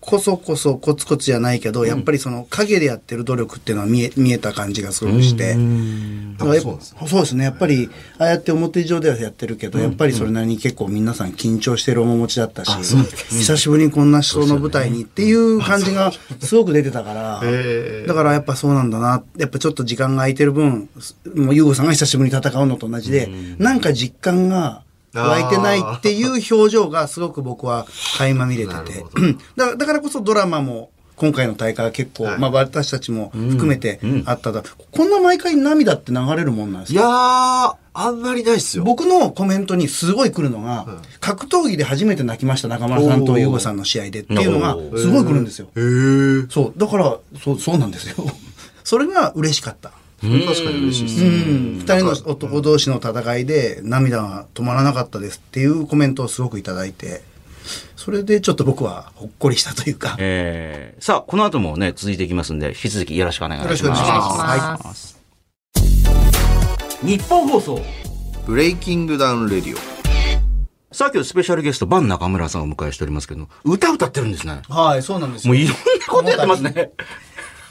Speaker 5: こそこそコツコツじゃないけど、やっぱりその陰でやってる努力っていうのは見え見えた感じがすごくして、
Speaker 3: そうなんですね
Speaker 5: だからやっぱそうですねやっぱりああやって表上ではやってるけど、やっぱりそれなりに結構皆さん緊張してる面持ちだったし、久しぶりにこんな人の舞台にっていう感じがすごく出てたから、だからやっぱそうなんだなやっぱちょっと時間が空いてる分もう優吾さんが久しぶりに戦うのと同じで、なんか実感が湧いてないっていう表情がすごく僕は垣間見れて
Speaker 3: なる
Speaker 5: て
Speaker 3: ほ。
Speaker 5: うんだからだからこそドラマも今回の大会は結構、まあ私たちも含めてあっただ、こんな毎回涙って流れるもんなん
Speaker 3: い
Speaker 5: です
Speaker 3: や
Speaker 5: か
Speaker 3: ー、あんまりないっすよ。
Speaker 5: 僕のコメントにすごい来るのが、格闘技で初めて泣きました中村さん
Speaker 3: お
Speaker 5: と
Speaker 3: ー
Speaker 5: 優吾さんの試合でっていうのがすごい来るんですよ。
Speaker 3: へー。
Speaker 5: そう、だから、そう、そうなんですよ。それが嬉しかった。
Speaker 3: それ確かに嬉しいっす
Speaker 5: う
Speaker 3: ね。
Speaker 5: ん、二人の男同士の戦いで涙が止まらなかったですっていうコメントをすごくいただいて、それでちょっと僕はほっこりしたというか。
Speaker 6: えー、さあ、この後もね、続いていきますんで、引き続きよろしくお願いします。
Speaker 5: よろしくお願いします
Speaker 4: は
Speaker 1: 日本放送
Speaker 3: ブレイキングダウンレディオ。
Speaker 1: さっきのスペシャルゲスト、バン中村さんをお迎えしておりますけど、歌歌ってるんですね。
Speaker 5: はい、そうなんですよ。
Speaker 1: もういろんなことやってますね。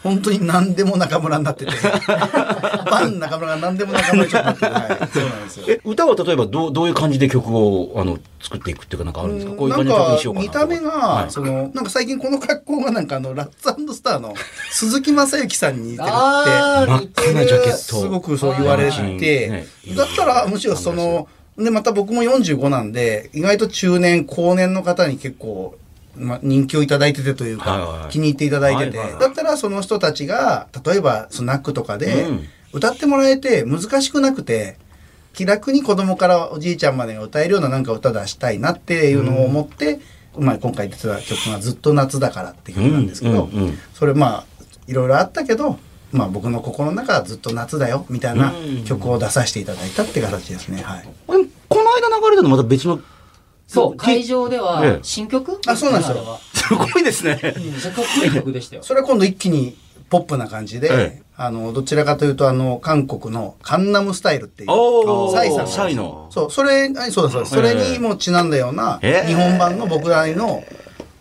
Speaker 5: 本当に何でも中村にな
Speaker 1: *laughs*
Speaker 5: ってて。バン中村が何でも中村ちゃんになってて。はい、そうなんですよ。
Speaker 1: え、歌は例えばどう、どういう感じで曲を、あの、作っていくっていうかなんかあるんですかこういう感じの曲にしようかな
Speaker 5: なん
Speaker 1: と
Speaker 5: か見た目が、
Speaker 1: はい
Speaker 5: そのなんか最近この格好がなんかあのラッツスターの鈴木雅之さんに似てるっ
Speaker 4: あー
Speaker 1: 真っ赤なジャケット。
Speaker 5: てすごくそう言われ
Speaker 1: はい
Speaker 5: て、
Speaker 1: ね
Speaker 5: だったらむしろそのでまた僕も45なんで意外と中年後年の方に結構、ま、人気をいただいててというか、
Speaker 1: はいはい
Speaker 5: 気に入っていただいてて、
Speaker 1: はいはいはい
Speaker 5: だったらその人たちが例えばスナックとかで
Speaker 1: うん
Speaker 5: 歌ってもらえて難しくなくて。気楽に子供からおじいちゃんまでが歌えるようななんか歌出したいなっていうのを思って、まあ、今回出てた曲が「ずっと夏だから」っていう曲なんですけど、
Speaker 1: うんうんうん
Speaker 5: それまあいろいろあったけど、まあ、僕の心の中はずっと夏だよみたいな曲を出させていただいたって形ですね。はい
Speaker 1: この間流れたのまた別の、
Speaker 4: そう、会場で
Speaker 1: ええ
Speaker 4: は、新曲
Speaker 5: あそうなんですよ
Speaker 4: あれは
Speaker 1: すごいですね。
Speaker 4: めちゃかっこいい曲でしたよ。
Speaker 5: それは今度一気にポップな感じで、
Speaker 1: ええ
Speaker 5: あのどちらかというとあの韓国のカンナムスタイルっていう
Speaker 1: おー
Speaker 5: サイさん
Speaker 1: サイの
Speaker 5: そうそれあそうだそうだそれにもちなんだような
Speaker 1: ええ
Speaker 5: 日本版の僕らの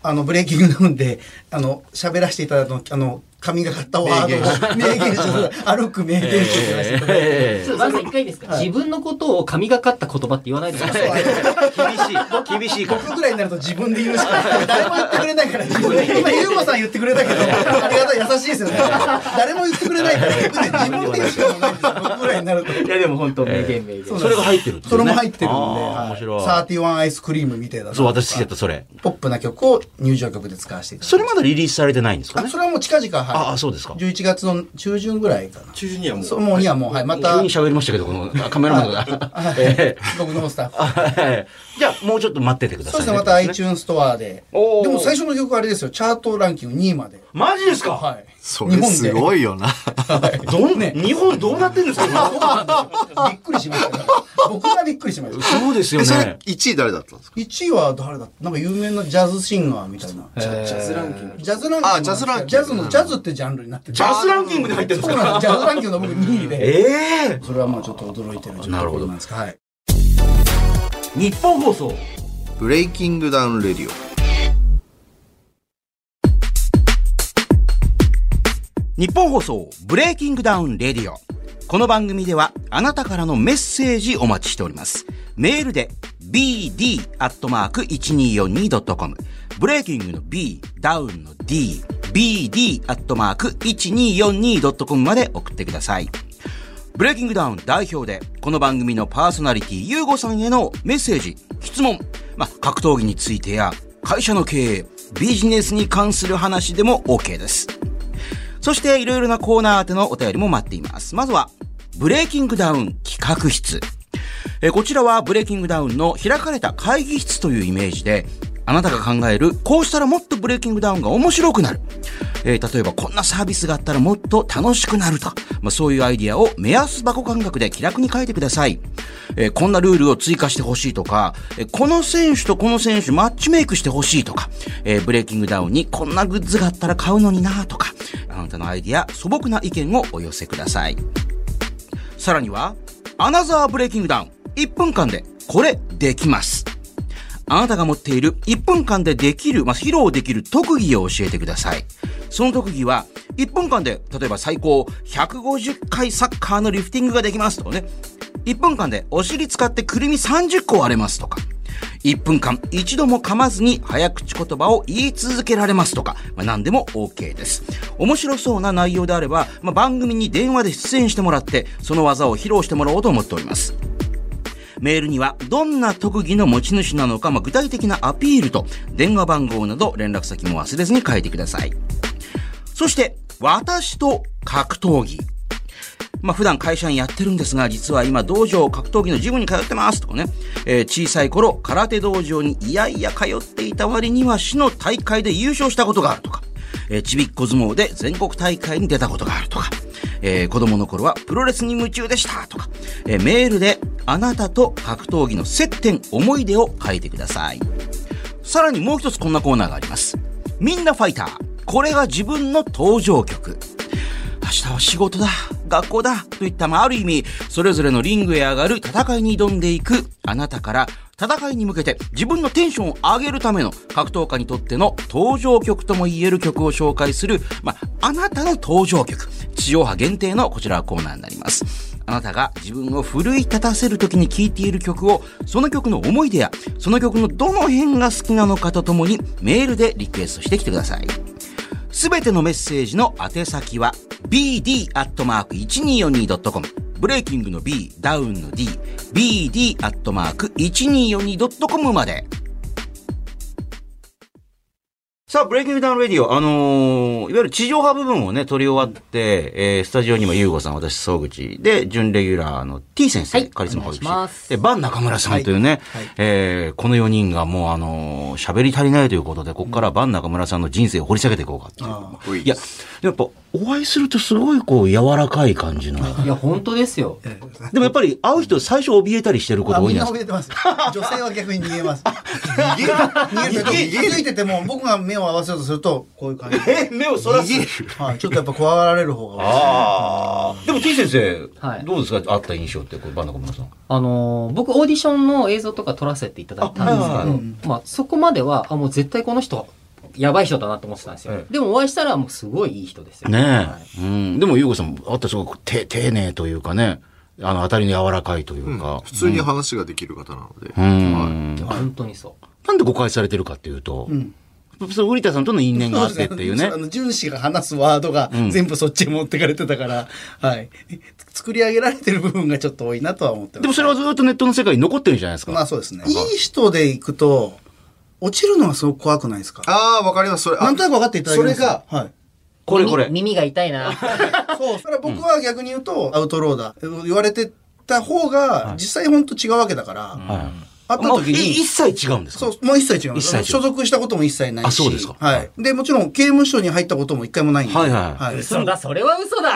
Speaker 5: あのブレイキングダウンであの喋らせていただいたのあの神がかったワードを名言集歩く名言集やらせていただいて。
Speaker 1: え
Speaker 4: ちょっとまず一回いいですか、自分のことを神がかった言葉って言わないでください。
Speaker 1: ー厳しい、厳しいから。
Speaker 5: 僕ぐらいになると自分で言うしかない。誰も言ってくれないから、自分で。今、ゆうこさん言ってくれたけど、ありがたい、優しいですよね。誰も言ってくれないから、自分で言うしかないんですよ。僕ぐ *laughs* らいになると。
Speaker 4: いやでも本当名言名言。
Speaker 5: う
Speaker 1: それが入ってるんです
Speaker 5: そ
Speaker 1: ね
Speaker 5: れも入ってるんで、
Speaker 1: あー
Speaker 5: はい
Speaker 1: 面白い
Speaker 5: サーティワンアイスクリームみたいな。
Speaker 1: そう、私好きだった、それ。
Speaker 5: ポップな曲を入場曲で使わせていただい
Speaker 1: そ
Speaker 5: て
Speaker 1: れまだリリースされてないんですか
Speaker 5: あ
Speaker 1: ね
Speaker 5: それはもう近々、はい。
Speaker 1: ああ、そうですか。
Speaker 5: 11月の中旬ぐらいかな。
Speaker 7: 中旬にはもう
Speaker 5: そう、もうにはもう、はい、また
Speaker 1: 急、に喋りましたけど、このあカメラマンが。ええ
Speaker 5: 僕のスタッフ。
Speaker 1: はいじゃあ、もうちょっと待っててくだ
Speaker 5: そ
Speaker 1: さ
Speaker 5: う
Speaker 1: いね。
Speaker 5: ですね、また iTunes ストアで。で
Speaker 1: おー
Speaker 5: も最初の曲あれですよ、チャートランキング2位まで。
Speaker 1: マジですか
Speaker 5: はい。
Speaker 3: それす
Speaker 5: い *laughs*
Speaker 3: ごいよな。
Speaker 1: どんね、日本どうなってんですか
Speaker 5: びっくりしましたね。僕がびっくりしまし
Speaker 1: 今
Speaker 5: た。
Speaker 1: そうですよ
Speaker 3: えそれ
Speaker 1: ね。
Speaker 3: 1位誰だったんですか
Speaker 5: 1位は誰だなんか有名なジャズシンガーみたいな。ジ
Speaker 7: ジャズランキング
Speaker 5: ャズランキング。
Speaker 3: あジャズランキング
Speaker 5: ジャズの、ジャズってジャンルになってる。
Speaker 1: ジャズランキングに入ってるんで
Speaker 5: そ
Speaker 1: す
Speaker 5: うなん
Speaker 1: か
Speaker 5: です。ジャズランキングの僕2位で。
Speaker 1: ええ
Speaker 5: それはまあちょっと驚いてる状況
Speaker 1: なるほど
Speaker 5: んですか。はい。
Speaker 6: 日本放送
Speaker 3: ブレイキングダウンレディオ。
Speaker 1: 日本放送ブレイキングダウンレディオこの番組ではあなたからのメッセージお待ちしておりますメールで bd.1242.com ブレイキングの b ダウンの d bd.1242.com まで送ってくださいブレイキングダウン代表で、この番組のパーソナリティ、ゆうごさんへのメッセージ、質問、まあ、格闘技についてや、会社の経営、ビジネスに関する話でも OK です。そして、いろいろなコーナー宛てのお便りも待っています。まずは、ブレイキングダウン企画室。えーこちらはブレイキングダウンの開かれた会議室というイメージで、あなたが考える、こうしたらもっとブレイキングダウンが面白くなる。えー例えばこんなサービスがあったらもっと楽しくなると。まあ、そういうアイディアを目安箱感覚で気楽に書いてください。えーこんなルールを追加してほしいとか、えーこの選手とこの選手マッチメイクしてほしいとか、えーブレイキングダウンにこんなグッズがあったら買うのになとか、あなたのアイディア、素朴な意見をお寄せください。さらには、アナザーブレイキングダウン。1分間で、これ、できます。あなたが持っている1分間でできる、まあ、披露できる特技を教えてください。その特技は、1分間で、例えば最高150回サッカーのリフティングができますとかね。1分間でお尻使ってくるみ30個割れますとか。1分間一度も噛まずに早口言葉を言い続けられますとか、まあ、何でも OK です。面白そうな内容であれば、まあ、番組に電話で出演してもらって、その技を披露してもらおうと思っております。メールにはどんな特技の持ち主なのか、まあ具体的なアピールと電話番号など連絡先も忘れずに書いてください。そして、私と格闘技。まあ、普段会社にやってるんですが、実は今道場格闘技のジムに通ってますとかね、えー小さい頃空手道場にいやいや通っていた割には市の大会で優勝したことがあるとか、えーちびっこ相撲で全国大会に出たことがあるとか、えー子供の頃はプロレスに夢中でしたとか、えーメールであなたと格闘技の接点、思い出を書いてください。さらにもう一つこんなコーナーがあります。みんなファイター。これが自分の登場曲。明日は仕事だ、学校だ、といった、まあ、ある意味、それぞれのリングへ上がる戦いに挑んでいく、あなたから、
Speaker 6: 戦いに向けて自分のテンションを上げるための格闘家にとっての登場曲とも言える曲を紹介する、まあ、あなたの登場曲、地上波限定のこちらコーナーになります。あなたが自分を奮い立たせる時に聴いている曲を、その曲の思い出や、その曲のどの辺が好きなのかとともにメールでリクエストしてきてください。すべてのメッセージの宛先は bd.1242.com ブレイキングの B、ダウンの D、bd.1242.com まで。さあ、ブレイキングダウンレディオ、あのーいわゆる地上波部分をね、取り終わって、えースタジオにも優吾さん、私、総口、で、準レギュラーの T 先生、
Speaker 4: はい
Speaker 6: カリスマ保育
Speaker 4: お願いします
Speaker 6: 士、で、バン中村さんというね、えーこの4人がもう、あのー喋り足りないということで、ここからバン中村さんの人生を掘り下げていこうかっていう。
Speaker 3: うい
Speaker 6: いや、やっぱお会いするとすごいこう柔らかい感じの。
Speaker 4: いや、本当ですよ。
Speaker 6: でもやっぱり会う人最初怯えたりしてること
Speaker 5: あ
Speaker 6: 多い
Speaker 5: み
Speaker 6: ん
Speaker 5: ん
Speaker 6: じゃ
Speaker 5: な
Speaker 6: ない
Speaker 5: 怯え
Speaker 6: で
Speaker 5: て *laughs* ます。女性は逆に逃げます。
Speaker 3: 逃げる
Speaker 5: 逃げて
Speaker 3: 逃げる
Speaker 5: 歩いてても僕が目を合わせようとするとこういう感じ。
Speaker 6: すか。え、目をそらす。
Speaker 5: はい、ちょっとやっぱ怖がられる方が。
Speaker 6: ああ。でも、てぃ先生、
Speaker 4: はい
Speaker 6: どうですか会った印象って、これ、バンダコムさん。
Speaker 4: あのー僕オーディションの映像とか撮らせていただいたんですけど、
Speaker 6: あはいはいはい
Speaker 4: まあ、そこまではあもう絶対この人やばい人だなと思ってたんですよ、
Speaker 6: え
Speaker 4: でもお会いしたらもうすごいいい人ですよ
Speaker 6: ねえ。
Speaker 4: は
Speaker 6: うん。でも、ゆうこさん、会ってすごくて丁寧というかね、あの、当たりの柔らかいといううんか。
Speaker 3: 普通に話ができる方なので。
Speaker 6: うん。
Speaker 4: いいや本当にそう
Speaker 6: なんで誤解されてるかっていうと、
Speaker 5: ん
Speaker 6: そう、瓜田さんとの因縁があってっていうね
Speaker 5: あ。の、純子が話すワードが全部そっちへ持ってかれてたから、はい。作り上げられてる部分がちょっと多いなとは思ってます。
Speaker 6: でも、それはずっとネットの世界に残ってるじゃないですか。
Speaker 5: まあそうですね。いい人で行くと、落ちるのがすごく怖くないですか
Speaker 3: ああ、わかります。それ、あ
Speaker 5: なんとなく分かっていただけます
Speaker 3: それが、
Speaker 5: はい。
Speaker 6: これこれ。
Speaker 4: 耳耳が痛い
Speaker 6: *laughs*
Speaker 4: な
Speaker 5: *laughs* そう。だから僕は逆に言うと、アウトローだ。言われてた方が、実際本当違うわけだから、
Speaker 6: はい
Speaker 5: 会った時
Speaker 6: もうい
Speaker 5: に、
Speaker 6: 一切違うんですか
Speaker 5: そう、もう一切違いま
Speaker 6: 一
Speaker 5: す
Speaker 6: 切違う
Speaker 5: 所属したことも一切ないし。
Speaker 6: あそうですか
Speaker 5: はい。で、もちろん刑務所に入ったことも一回もないんで。
Speaker 6: はいはい
Speaker 5: はい。
Speaker 4: 嘘だそれは嘘だ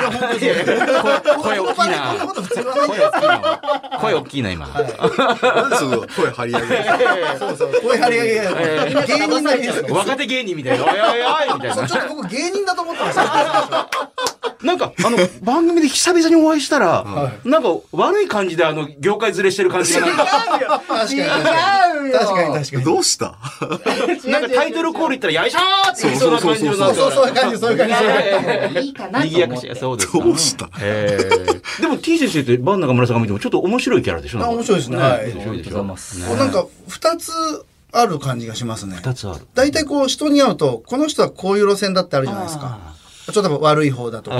Speaker 5: こん
Speaker 6: 声大きいな
Speaker 5: なこと普通は
Speaker 6: 声大きいな。声大きいな、今。
Speaker 3: なんでその声張り上げるんですか
Speaker 5: そうそう。声張り上げが
Speaker 6: え
Speaker 5: 芸人なんですよ。
Speaker 6: 若手芸人みたいな。おいおいおいみたい
Speaker 5: そう
Speaker 6: な
Speaker 5: ち。ょっと僕芸人だと思ってました。
Speaker 6: なんか、あの、番組で久々にお会いしたら、なんか悪い感じで、あの、業界ずれしてる感じがなんか、
Speaker 5: 確かに。確
Speaker 4: 違うよ
Speaker 5: かに *laughs* 確かに。
Speaker 3: どうした
Speaker 6: なんかタイトルコール言ったら、よいしょーって言いそうな感じの
Speaker 5: そ
Speaker 6: な
Speaker 5: うんそう、そういう
Speaker 6: か。
Speaker 5: 感じ、そういう感じそういう感じ。
Speaker 4: いいかなと
Speaker 6: 賑や
Speaker 4: 思
Speaker 6: か
Speaker 4: っ
Speaker 6: してい。そうですか。
Speaker 3: どうした
Speaker 6: えーでも T 先生ってバン中村さんが見てもちょっと面白いキャラでしょな
Speaker 5: あ
Speaker 6: んか
Speaker 5: 面白いですねはい
Speaker 6: 面白いでし
Speaker 4: あ
Speaker 6: ょ
Speaker 4: りがとうございます
Speaker 6: ね
Speaker 5: こうなんか、二つある感じがしますね。
Speaker 6: 二つある。
Speaker 5: 大体こう、人に会うと、この人はこういう路線だってあるじゃないですか。ちょっと悪い方だとか、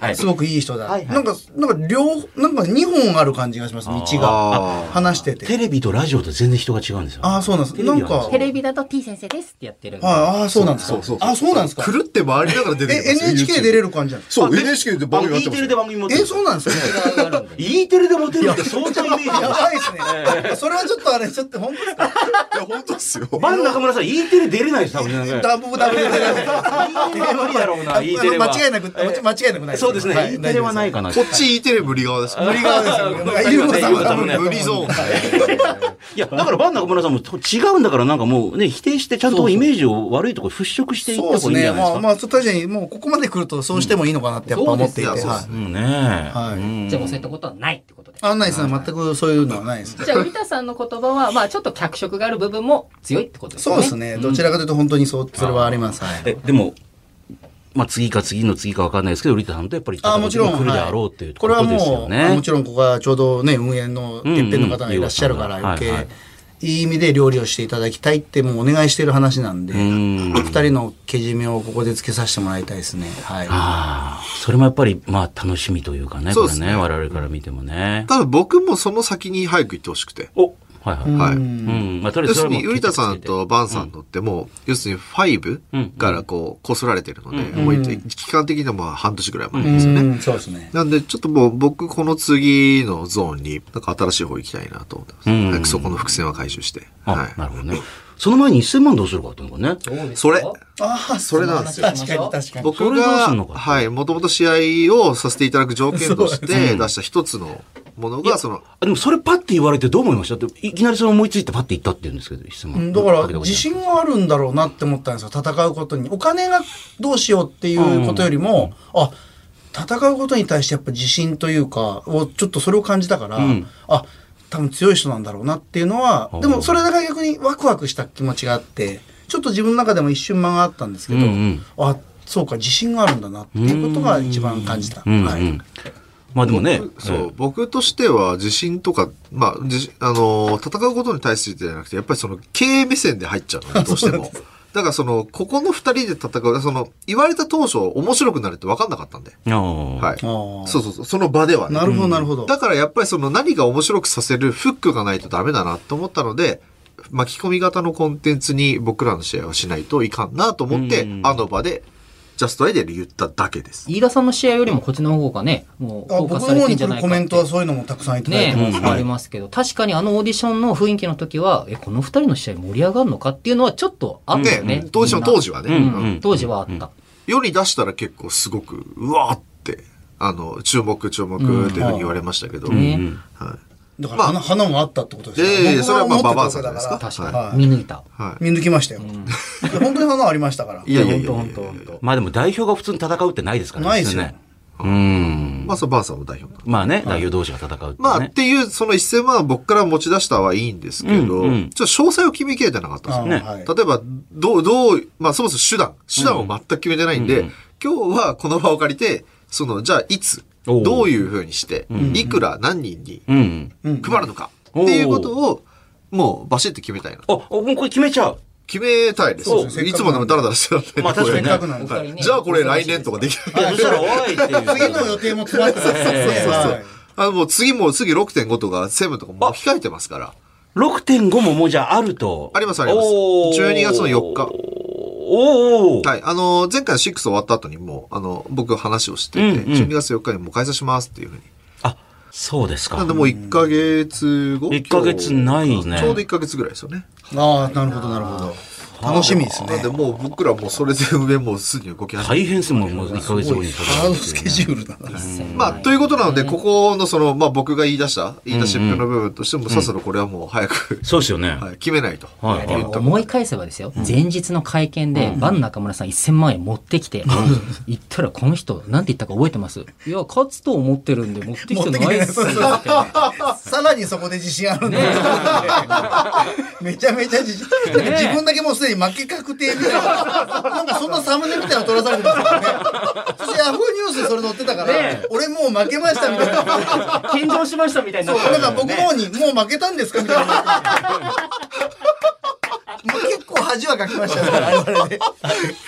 Speaker 6: はい
Speaker 5: すごくいい人だ。
Speaker 6: はいはい
Speaker 5: なんか、なんか両方、なんか二本ある感じがします、道が。
Speaker 3: ああ。
Speaker 5: 話してて。
Speaker 6: テレビとラジオと全然人が違うんですよ。
Speaker 5: ああ、そうなんです。
Speaker 6: レビ
Speaker 5: な
Speaker 6: は
Speaker 5: んか、
Speaker 4: テレビだと T 先生ですってやってるんで
Speaker 5: ああ、そうなんですか。あそうなんですか。
Speaker 3: 狂って回りながら出
Speaker 5: え、
Speaker 3: てきますよ
Speaker 5: NHK 出れる感じなんですか
Speaker 3: そう、NHK で番組やってますよ。
Speaker 6: 番組持
Speaker 5: え、そうなんですか
Speaker 4: 違うあるんで
Speaker 6: E テレでモテるって相当イメージ
Speaker 5: やばいですね。それはちょっとあれ、ちょっと本当ですか
Speaker 3: いや、本当ですよ。
Speaker 6: バン中村さん E テレ出れないです多分ねなんか
Speaker 5: ダブダブで。
Speaker 6: 無理だろうな E テレは
Speaker 5: 間違いなく、間違いなくない
Speaker 6: そうです
Speaker 5: は
Speaker 6: ね
Speaker 5: い
Speaker 6: E テレはないかな
Speaker 3: こっち E テレ無理側です。無理
Speaker 5: 側ですよ
Speaker 6: こっちはね
Speaker 5: ゆうごさんは
Speaker 6: ゆうごさんもね
Speaker 3: 無理ゾーンですね。
Speaker 6: いやだからバン中村さんも違うんだからなんかもうね否定してちゃんとイメージを悪いとこ払拭していった
Speaker 5: そう
Speaker 6: 方
Speaker 5: です
Speaker 6: がいいんじ
Speaker 5: ね。
Speaker 6: ゃない
Speaker 5: まあま
Speaker 6: で
Speaker 5: あ、確かにもうここまで来るとそうしてもいいのかなってやっぱ思っていて。
Speaker 3: うんそうですねそう
Speaker 5: はい
Speaker 6: すかうんね
Speaker 5: はい
Speaker 6: うん
Speaker 4: じゃあもうそういったことはないってことで
Speaker 5: 案内さんは全くそういうのはないです。
Speaker 4: じゃあ瓜田さんの言葉はまあちょっと脚色がある部分も強いってことですね
Speaker 5: そうですね。どちらかというと本当にそう、それはあります。はい
Speaker 6: えでもまあ次か次の次かわかんないですけど、リタさんとやっぱり
Speaker 5: あもちろん、
Speaker 6: 来るで
Speaker 5: は
Speaker 6: あ
Speaker 5: い
Speaker 6: ろうっていうと
Speaker 5: こ
Speaker 6: こ
Speaker 5: れは
Speaker 6: ろ
Speaker 5: も
Speaker 6: ですよ
Speaker 5: う、
Speaker 6: ね。
Speaker 5: あもちろんここはちょうどね、運営のてっぺんの方がいらっしゃるから
Speaker 6: うんうん
Speaker 5: 余計、
Speaker 6: はい
Speaker 5: い
Speaker 6: はい
Speaker 5: い、意味で料理をしていただきたいってもうお願いしてる話なんで、
Speaker 6: ん
Speaker 5: お二人のけじめをここでつけさせてもらいたいですね。はい。
Speaker 6: ああ、それもやっぱり、まあ、楽しみというかね、
Speaker 3: そ
Speaker 6: こ
Speaker 3: うで
Speaker 6: れ
Speaker 3: すね
Speaker 6: ね、我々から見てもね。
Speaker 3: ただ僕もその先に早く行ってほしくて。
Speaker 6: おはいはい。
Speaker 3: はい。
Speaker 6: うん、まあ、とりあえ
Speaker 3: 要
Speaker 6: ず
Speaker 3: す
Speaker 6: そ
Speaker 3: る
Speaker 6: れは
Speaker 3: に、
Speaker 6: もう
Speaker 3: ウリタさんとバンさんのってもう、要するに5からこう、こすられてるので、もう一期間的にはまあ半年ぐらい前ですよね。
Speaker 5: うん、そうですね。
Speaker 3: なんで、ちょっともう僕、この次のゾーンに、なんか新しい方行きたいなと思ってます。
Speaker 6: うん
Speaker 3: 早くそこの伏線は回収して。は
Speaker 6: あ、
Speaker 3: い。
Speaker 6: なるほどね。その前に1000万どうするかっていうのがね。
Speaker 4: そうです
Speaker 3: それ
Speaker 4: よ
Speaker 5: ああ、
Speaker 3: それなんですよ
Speaker 5: 確かに確かに。
Speaker 6: そ
Speaker 3: 僕
Speaker 6: れどうす
Speaker 3: が、
Speaker 6: んのか
Speaker 3: はい、もともと試合をさせていただく条件として出した一つのものが、その、
Speaker 6: あでもそれパッて言われてどう思いましただっていきなりそれ思いついてパッて言ったって言うんですけど、質
Speaker 5: う
Speaker 6: 問。
Speaker 5: んだから
Speaker 6: かけたことない
Speaker 5: 自信があるんだろうなって思ったんですよ戦うことにお金がどうしようっていうことよりも、あ戦うことに対してやっぱ自信というかをちょっとそれを感じたから、
Speaker 6: ん
Speaker 5: あ多分強い人なんだろうなっていうのは
Speaker 6: おう
Speaker 5: でもそれだけ逆にワクワクした気持ちがあってちょっと自分の中でも一瞬間があったんですけど、
Speaker 6: うんうん
Speaker 5: あそうか自信があるんだなっていうことが一番感じた。
Speaker 6: うんうん
Speaker 5: はい
Speaker 6: まあでもね、
Speaker 3: そう、僕としては自信とか、まあ、自信あのー戦うことに対してじゃなくて、やっぱりその経営目線で入っちゃうの、どうしても。だからその、ここの二人で戦う、その、言われた当初、面白くなるって分かんなかったんで。
Speaker 6: ええ
Speaker 3: は。
Speaker 6: はい
Speaker 5: あー
Speaker 3: そうそうそう、その場ではね
Speaker 5: な。るほどなるほど。
Speaker 3: だからやっぱりその何が面白くさせるフックがないとダメだなと思ったので、巻き込み型のコンテンツに僕らの試合はしないといかんなと思って、
Speaker 6: うん
Speaker 3: あの場で、ジャストアイデアで言っただけです。
Speaker 4: 飯田さんの試合よりもこっちの方がね、もう
Speaker 5: あ
Speaker 4: フォー
Speaker 5: 僕
Speaker 4: カ
Speaker 5: の
Speaker 4: スされ
Speaker 5: 方
Speaker 4: てん
Speaker 5: に
Speaker 4: じゃ
Speaker 5: 来
Speaker 4: ないか
Speaker 5: るコ
Speaker 4: っ
Speaker 5: メントは
Speaker 4: て。
Speaker 5: そういうのもたくさんいただい
Speaker 4: ね
Speaker 5: てます、
Speaker 6: うん
Speaker 4: ありますけど、確かにあのオーディションの雰囲気の時は、え、この二人の試合盛り上がるのかっていうのはちょっとあった
Speaker 3: ね
Speaker 4: よね。
Speaker 3: 当時の
Speaker 4: みんな
Speaker 3: 当時はね、
Speaker 6: うん
Speaker 3: うん
Speaker 4: うん、当時はあった。
Speaker 3: 世に出したら結構すごく、うわーって、あの、注目注目っていうふうに言われましたけど、
Speaker 4: ね
Speaker 3: は
Speaker 5: だから、
Speaker 3: ま
Speaker 5: 花花もあったってことですよ
Speaker 3: いやいやいや
Speaker 5: 僕が思ってた
Speaker 3: それはまあババアさんじゃないです
Speaker 5: ことだ
Speaker 4: 確かに、
Speaker 5: らはい
Speaker 4: 見抜いた。
Speaker 3: い。は
Speaker 5: 見抜きましたよ。本当に花ありましたから
Speaker 3: い。。いやいやいやいや
Speaker 4: 本当本当本
Speaker 6: まあでも代表が普通に戦うってないですからね。
Speaker 5: ないですよ
Speaker 6: 普通ね。うん。
Speaker 3: まあ、そのバーさんも代表なんで
Speaker 6: まあね、代表同士が戦うってね。
Speaker 3: まあ、っていう、その1000万は僕から持ち出したはいいんですけど、
Speaker 6: うんうん
Speaker 3: ちょっと詳細を決めきれてなかったんですよね。
Speaker 6: ね
Speaker 5: あーはい
Speaker 3: 例えば、どう、どう、まあそもそも手段、手段を全く決めてないんで、今日はこの場を借りて、その、じゃあいつ、
Speaker 6: おう
Speaker 3: どういうふうにして、いくら何人に
Speaker 6: うん。
Speaker 5: うん
Speaker 3: 配るのか、っていうことを、もうバシッと決めたいな。
Speaker 6: あ、あもうこれ決めちゃう。
Speaker 3: 決めたいです。
Speaker 5: そうですね
Speaker 3: いつもでもダラダラしてたんで。
Speaker 6: まあ確かにね
Speaker 5: せっかくなんで
Speaker 3: はい
Speaker 4: お二人ね
Speaker 3: じゃあこれ来年とかでき
Speaker 6: い
Speaker 3: ない。
Speaker 6: や、そしたら、おいっていう。
Speaker 5: 次の予定も決まってた
Speaker 6: ええ
Speaker 5: はい
Speaker 3: あのもう次も次6.5とか7とかもう控えてますから。
Speaker 6: 6.5ももうじゃああると。
Speaker 3: ありますあります
Speaker 6: おー
Speaker 3: 12月の4日
Speaker 6: おお。
Speaker 3: はい。あの、前回の6終わった後にもう、あの、僕話をしてて、
Speaker 6: うんうん
Speaker 3: 12月4日にもう開催しますっていうふうに。
Speaker 6: あ、そうです
Speaker 3: な
Speaker 6: か
Speaker 3: んで。もう1ヶ月後
Speaker 6: 1ヶ月ないね
Speaker 3: ちょうど1ヶ月ぐらいですよね。
Speaker 5: ああ、なるほど、なるほど。楽しみです
Speaker 3: なん
Speaker 5: ね
Speaker 3: で。もう僕らもうそれで上もうすぐに動き始め
Speaker 6: 大変ですもん、もう1ヶ月後に
Speaker 5: ハードスケジュールだな。
Speaker 3: まあ、ということなので、ここのその、まあ僕が言い出した、言い出しっぺの部分としても、さっさとこれはもう早く、
Speaker 6: そうですよね。
Speaker 3: はい、決めないと。
Speaker 6: はい
Speaker 4: いやでも思い返せばですよ、前日の会見で、バン中村さん1000万円持ってきて、言ったらこの人、なんて言ったか覚えてますいや、勝つと思ってるんで持ってきてないっすよ。
Speaker 5: 持ってきてない *laughs* さらにそこで自信あるんだ。 *laughs* めちゃめちゃ自信。自分だけもうすでに負け確定みたいな。なんかそんなサムネみたいなの撮らされてますよね。そしてヤフーニュースでそれ載ってたから、俺もう負けましたみたいな。
Speaker 4: 献上しましたみたいにな
Speaker 5: そう、なんか僕の方に、もう負けたんですかみ *laughs* たいな。もう結構恥はかきましたね我々ね。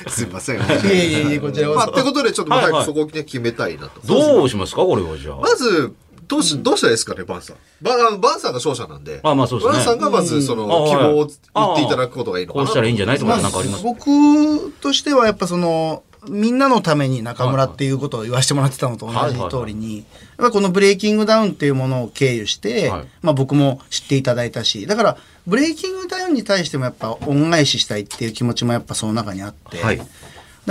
Speaker 3: すいません。
Speaker 5: *laughs* いえいえいえ、こちらこ
Speaker 3: まあ、
Speaker 5: そ
Speaker 3: ってことで、ちょっと
Speaker 6: はい
Speaker 3: 早
Speaker 6: はい
Speaker 3: くそこをね決めたいなと。
Speaker 6: どうしますか、これはじゃあ。
Speaker 3: まず、どうし、どうしたらいいですかね、バンさん。バンあの、バンさんが勝者なんで。
Speaker 6: あまあそうですね
Speaker 3: バンさんがまず、その、
Speaker 6: ん
Speaker 3: 希望を
Speaker 6: あはい
Speaker 3: 言っていただくことがいいのか
Speaker 6: こ
Speaker 3: な。
Speaker 6: うしたらいいんじゃないとか、なんかあります
Speaker 5: 僕としてはやっぱそのみんなのために中村っていうことを言わせてもらってたのと同じ通りに、やっぱりこのブレイキングダウンっていうものを経由して、
Speaker 6: はい
Speaker 5: まあ僕も知っていただいたし、だからブレイキングダウンに対してもやっぱ恩返ししたいっていう気持ちもやっぱその中にあって、
Speaker 6: はい
Speaker 5: だか